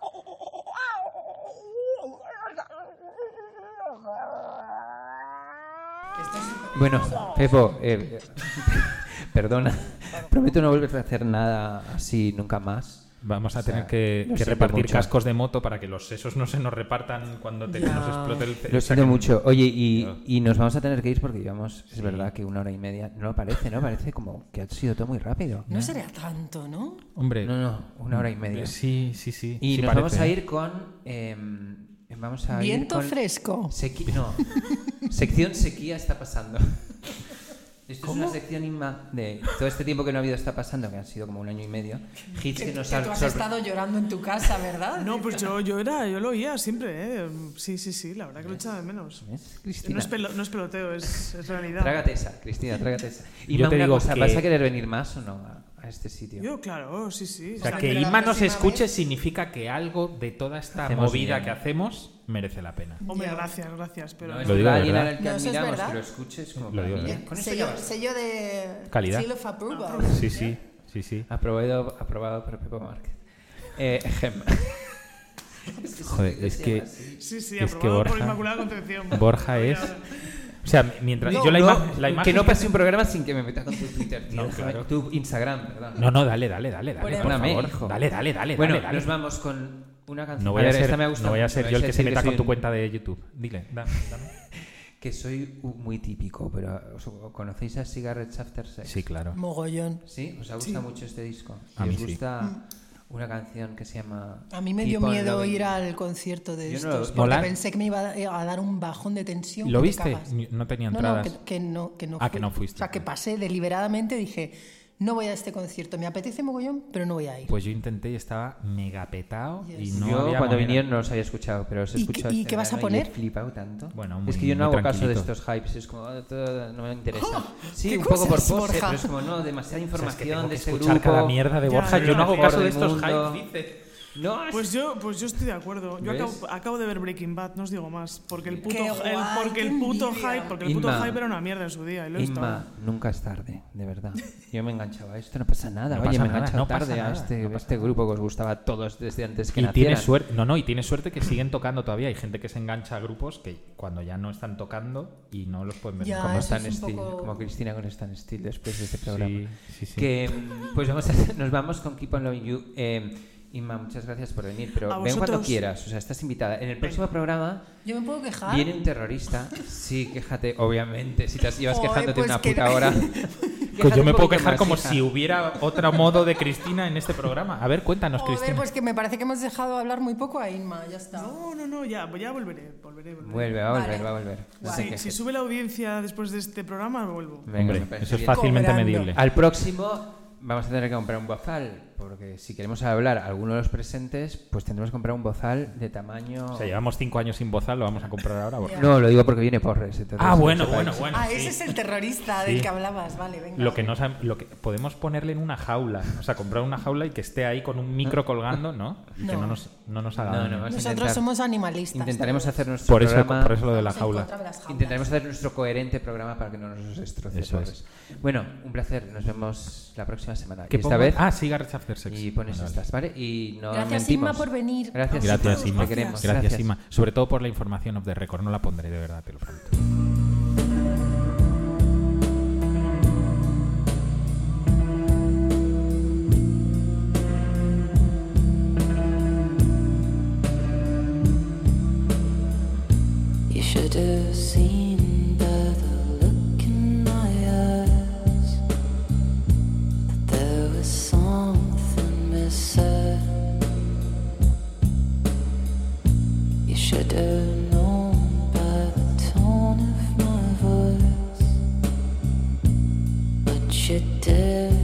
Speaker 2: Bueno, Pepo, eh, perdona. Prometo no volver a hacer nada así nunca más.
Speaker 3: Vamos a
Speaker 2: O sea,
Speaker 3: tener que,
Speaker 2: lo
Speaker 3: que
Speaker 2: siento
Speaker 3: repartir
Speaker 2: mucho.
Speaker 3: cascos de moto para que los sesos no se nos repartan cuando te- nos explote el
Speaker 2: Lo siento
Speaker 3: saquen-
Speaker 2: mucho. Oye, y,
Speaker 3: Claro.
Speaker 2: y nos vamos a tener que ir porque llevamos, es verdad que una hora y media. No lo parece, ¿no? Parece como que ha sido todo muy rápido.
Speaker 5: No sería tanto, ¿no?
Speaker 3: Hombre,
Speaker 2: No, no, una hora y media.
Speaker 3: eh, sí, sí, sí.
Speaker 2: Y
Speaker 3: sí
Speaker 2: nos
Speaker 3: parece.
Speaker 2: vamos a ir con. eh, vamos a ir
Speaker 5: Viento
Speaker 2: con
Speaker 5: fresco.
Speaker 2: Sequi- no. sección sequía está pasando. Esto es una sección inma de todo este tiempo que no ha habido está pasando, que han sido como un año y medio. Hits que,
Speaker 5: Que,
Speaker 2: nos
Speaker 5: que
Speaker 2: han
Speaker 5: tú has
Speaker 2: sorpre-
Speaker 5: estado llorando en tu casa, ¿verdad?
Speaker 4: No, pues yo, yo era, yo lo oía siempre, ¿eh? Sí, sí, sí, la verdad que lo echaba de menos.
Speaker 2: ¿Ves,
Speaker 4: No
Speaker 2: Cristina?
Speaker 4: es, pelo- no es peloteo, es, es realidad.
Speaker 2: Trágate esa, Cristina, trágate esa. Y
Speaker 3: Yo
Speaker 2: más
Speaker 3: te
Speaker 2: una
Speaker 3: digo
Speaker 2: cosa,
Speaker 3: que-
Speaker 2: ¿vas a querer venir más o no a, a este sitio?
Speaker 4: Yo, claro, sí, sí.
Speaker 3: O sea,
Speaker 5: Pero
Speaker 3: que
Speaker 5: la
Speaker 3: Inma nos
Speaker 5: próxima
Speaker 3: escuche
Speaker 5: vez-
Speaker 3: significa que algo de toda esta
Speaker 2: Hacemos
Speaker 3: movida
Speaker 2: bien.
Speaker 3: que hacemos merece la pena.
Speaker 4: Hombre, gracias, gracias, pero...
Speaker 2: No, es
Speaker 3: Lo digo de
Speaker 2: verdad, alguien
Speaker 3: verdad.
Speaker 2: al que
Speaker 5: No, eso es
Speaker 2: admiramos,
Speaker 5: verdad.
Speaker 2: que lo escuches como
Speaker 3: Lo
Speaker 2: para
Speaker 3: digo de
Speaker 2: mí.
Speaker 3: verdad.
Speaker 2: Con esto ya
Speaker 5: sello,
Speaker 2: basta.
Speaker 5: sello de
Speaker 3: Calidad.
Speaker 5: Eh, Seal of
Speaker 4: Ah,
Speaker 5: approval.
Speaker 3: Sí, sí, sí, sí.
Speaker 2: Aprobado, aprobado por Pepo Márquez. Eh, Gem. Es que
Speaker 3: Joder,
Speaker 2: se
Speaker 3: es
Speaker 2: llama
Speaker 3: que-
Speaker 2: así.
Speaker 4: Sí, sí,
Speaker 3: Es que
Speaker 4: aprobado por
Speaker 3: Borja-
Speaker 4: Inmaculada Concepción.
Speaker 3: Borja es- O sea, mientras
Speaker 2: No,
Speaker 3: yo la,
Speaker 2: no,
Speaker 3: ima- la imagen
Speaker 2: Que no pase un programa sin que me meta con tu Twitter, tío.
Speaker 3: No,
Speaker 2: Déjame-
Speaker 3: claro.
Speaker 2: Tu Instagram, perdón.
Speaker 3: No, no, dale, dale, dale, dale, por
Speaker 2: Perdóname,
Speaker 3: favor.
Speaker 2: hijo.
Speaker 3: Dale, dale, dale,
Speaker 2: bueno,
Speaker 3: dale, dale.
Speaker 2: nos vamos con una canción.
Speaker 3: No voy a
Speaker 2: ver,
Speaker 3: ser,
Speaker 2: esta me ha gustado
Speaker 3: no voy a
Speaker 2: mucho.
Speaker 3: ser
Speaker 2: Vais
Speaker 3: yo el que se
Speaker 2: decir
Speaker 3: meta con
Speaker 2: soy
Speaker 3: tu
Speaker 2: un-
Speaker 3: cuenta de YouTube. Dile, dame, dame.
Speaker 2: Que soy un- muy típico, pero ¿os- ¿conocéis a Cigarettes After Sex?
Speaker 3: Sí, claro.
Speaker 5: Mogollón.
Speaker 2: ¿Sí? ¿Os ha gustado mucho este disco?
Speaker 3: A
Speaker 2: ¿Y
Speaker 3: mí
Speaker 2: os
Speaker 3: sí.
Speaker 2: gusta una canción que se llama...
Speaker 5: Mm. A mí me
Speaker 2: Keep
Speaker 5: dio
Speaker 2: on
Speaker 5: miedo
Speaker 2: Loving
Speaker 5: ir
Speaker 2: Me?
Speaker 5: al concierto de
Speaker 2: Yo no
Speaker 5: estos.
Speaker 2: lo-
Speaker 5: porque
Speaker 3: Molar.
Speaker 5: pensé que me iba a- eh, a dar un bajón de tensión.
Speaker 3: ¿Lo
Speaker 5: que te
Speaker 3: viste?
Speaker 5: cagas.
Speaker 3: Ni- No tenía
Speaker 5: No, no,
Speaker 3: entradas.
Speaker 5: que, que no, que no
Speaker 3: Ah,
Speaker 5: fui.
Speaker 3: que no fuiste.
Speaker 5: O sea, que pasé deliberadamente, dije, no voy a este concierto. Me apetece mogollón, pero no voy a ir.
Speaker 3: Pues yo intenté y estaba mega petado
Speaker 5: Yes.
Speaker 3: y no
Speaker 2: yo
Speaker 3: había
Speaker 2: cuando
Speaker 3: manera.
Speaker 2: vinieron no los había escuchado, pero os he
Speaker 5: ¿Y
Speaker 2: escuchado
Speaker 5: qué- y
Speaker 2: este
Speaker 5: qué vas a
Speaker 2: verano y he
Speaker 5: poner?
Speaker 2: flipado tanto.
Speaker 3: Bueno,
Speaker 2: es que
Speaker 3: muy-
Speaker 2: yo no
Speaker 3: muy
Speaker 2: hago caso de
Speaker 3: tranquilito.
Speaker 2: estos hypes, es como, "Ah, todo no me interesa. sí,
Speaker 5: ¿Qué
Speaker 2: un poco por
Speaker 5: cosas,
Speaker 2: pose,
Speaker 5: Borja?
Speaker 2: pero es como, no, demasiada
Speaker 3: O sea, es
Speaker 2: información
Speaker 3: que tengo
Speaker 2: de
Speaker 3: que
Speaker 2: este
Speaker 3: escuchar
Speaker 2: grupo.
Speaker 3: cada mierda de
Speaker 4: Ya,
Speaker 3: Borja.
Speaker 4: ya.
Speaker 3: yo no hago
Speaker 2: Mejor
Speaker 3: caso de
Speaker 2: del
Speaker 3: estos
Speaker 2: mundo.
Speaker 3: hypes, dice.
Speaker 2: No, es-
Speaker 4: Pues yo, pues yo estoy de acuerdo. Yo
Speaker 2: ¿Ves?
Speaker 4: acabo, acabo de ver Breaking Bad, no os digo más. Porque el puto,
Speaker 5: Qué
Speaker 4: el-
Speaker 5: guay,
Speaker 4: porque el
Speaker 5: qué
Speaker 4: puto
Speaker 5: envidia.
Speaker 4: hype, porque el puto
Speaker 2: Inma.
Speaker 4: hype era una mierda en su día. Y lo he estado.
Speaker 2: Inma, nunca es tarde, de verdad. Yo me enganchaba a esto, no pasa nada.
Speaker 3: No
Speaker 2: Oye,
Speaker 3: pasa
Speaker 2: me
Speaker 3: nada,
Speaker 2: enganchaba
Speaker 3: no pasa
Speaker 2: tarde a
Speaker 3: nada,
Speaker 2: este,
Speaker 3: no pasa
Speaker 2: este grupo que os gustaba a todos desde antes que
Speaker 3: Y
Speaker 2: nacieran.
Speaker 3: tiene suerte, no, no, y tiene suerte que siguen tocando todavía. Hay gente que se engancha a grupos que cuando ya no están tocando y no los pueden ver.
Speaker 5: Ya,
Speaker 3: nunca
Speaker 2: Como
Speaker 3: más.
Speaker 5: eso
Speaker 2: Stan
Speaker 5: es un
Speaker 2: Steele,
Speaker 5: poco-
Speaker 2: como Cristina con Stan Steele después de este programa.
Speaker 3: Sí, sí, sí.
Speaker 2: Que, mm, pues vamos a- nos vamos con Keep on Loving You. Eh, Inma, muchas gracias por venir, pero
Speaker 4: A
Speaker 2: ven cuando
Speaker 4: vosotros.
Speaker 2: quieras, o sea, estás invitada. En el próximo programa
Speaker 5: Yo me puedo quejar.
Speaker 2: viene un terrorista. Sí, quéjate, obviamente, si te has- llevas
Speaker 5: Joder,
Speaker 2: quejándote
Speaker 5: pues
Speaker 2: una
Speaker 5: que-
Speaker 2: puta hora.
Speaker 3: Que
Speaker 2: Quéjate
Speaker 3: Pues yo
Speaker 2: un
Speaker 3: me puedo
Speaker 2: poquito
Speaker 3: quejar
Speaker 2: más,
Speaker 3: como
Speaker 2: hija.
Speaker 3: si hubiera otro modo de Cristina en este programa. A ver, cuéntanos,
Speaker 5: Joder,
Speaker 3: Cristina.
Speaker 5: pues que me parece que hemos dejado hablar muy poco a Inma, ya está.
Speaker 4: No, no, no, ya, ya volveré. volveré, volveré.
Speaker 2: Vuelve, va a volver,
Speaker 5: Vale.
Speaker 2: va a volver. No te
Speaker 4: Sí,
Speaker 2: quejes.
Speaker 4: si sube la audiencia después de este programa, vuelvo.
Speaker 2: Venga,
Speaker 3: Hombre,
Speaker 2: me parece
Speaker 3: eso es
Speaker 2: bien.
Speaker 3: fácilmente
Speaker 5: Cobrando.
Speaker 3: medible.
Speaker 2: Al próximo vamos a tener que comprar un bozal, porque si queremos hablar a alguno de los presentes, pues tendremos que comprar un bozal de tamaño...
Speaker 3: O sea, llevamos cinco años sin bozal, lo vamos a comprar ahora. Borja.
Speaker 2: No, lo digo porque viene Porres. entonces
Speaker 3: Ah,
Speaker 2: no
Speaker 3: bueno,
Speaker 2: sepáis.
Speaker 3: bueno, bueno.
Speaker 5: Ah,
Speaker 3: sí.
Speaker 5: ese es el terrorista
Speaker 3: Sí.
Speaker 5: del que hablabas, vale, venga.
Speaker 3: Lo que no sabe- lo que podemos ponerle en una jaula, o sea, comprar una jaula y que esté ahí con un micro colgando, ¿no? Y que
Speaker 5: No.
Speaker 3: no nos, no nos haga
Speaker 2: No,
Speaker 3: daño.
Speaker 2: no, vas a
Speaker 5: Nosotros
Speaker 2: intentar-
Speaker 5: somos animalistas.
Speaker 2: Intentaremos hacer nuestro
Speaker 3: por, eso,
Speaker 2: programa...
Speaker 3: por eso lo de la
Speaker 5: Estamos en contra de
Speaker 3: jaula.
Speaker 5: las jaulas.
Speaker 2: Intentaremos hacer nuestro coherente programa para que no nos destroce
Speaker 3: Eso
Speaker 2: Porres. Bueno, un placer. Nos vemos la próxima semana.
Speaker 3: Que
Speaker 2: y esta
Speaker 3: ponga-
Speaker 2: vez...
Speaker 3: Ah, cigarettes after sex.
Speaker 2: Y pones
Speaker 3: Vale, vale.
Speaker 2: estas, ¿vale? Y no
Speaker 5: Gracias,
Speaker 2: mentimos.
Speaker 5: Inma, por venir.
Speaker 2: Gracias,
Speaker 3: Gracias,
Speaker 2: Te
Speaker 3: Inma.
Speaker 2: queremos.
Speaker 3: Gracias, Inma. Sobre todo por la información of the record. No la pondré, de verdad, te lo prometo.
Speaker 1: You should have seen by the look in my eyes that there was something missing. You should have known by the tone of my voice, but you did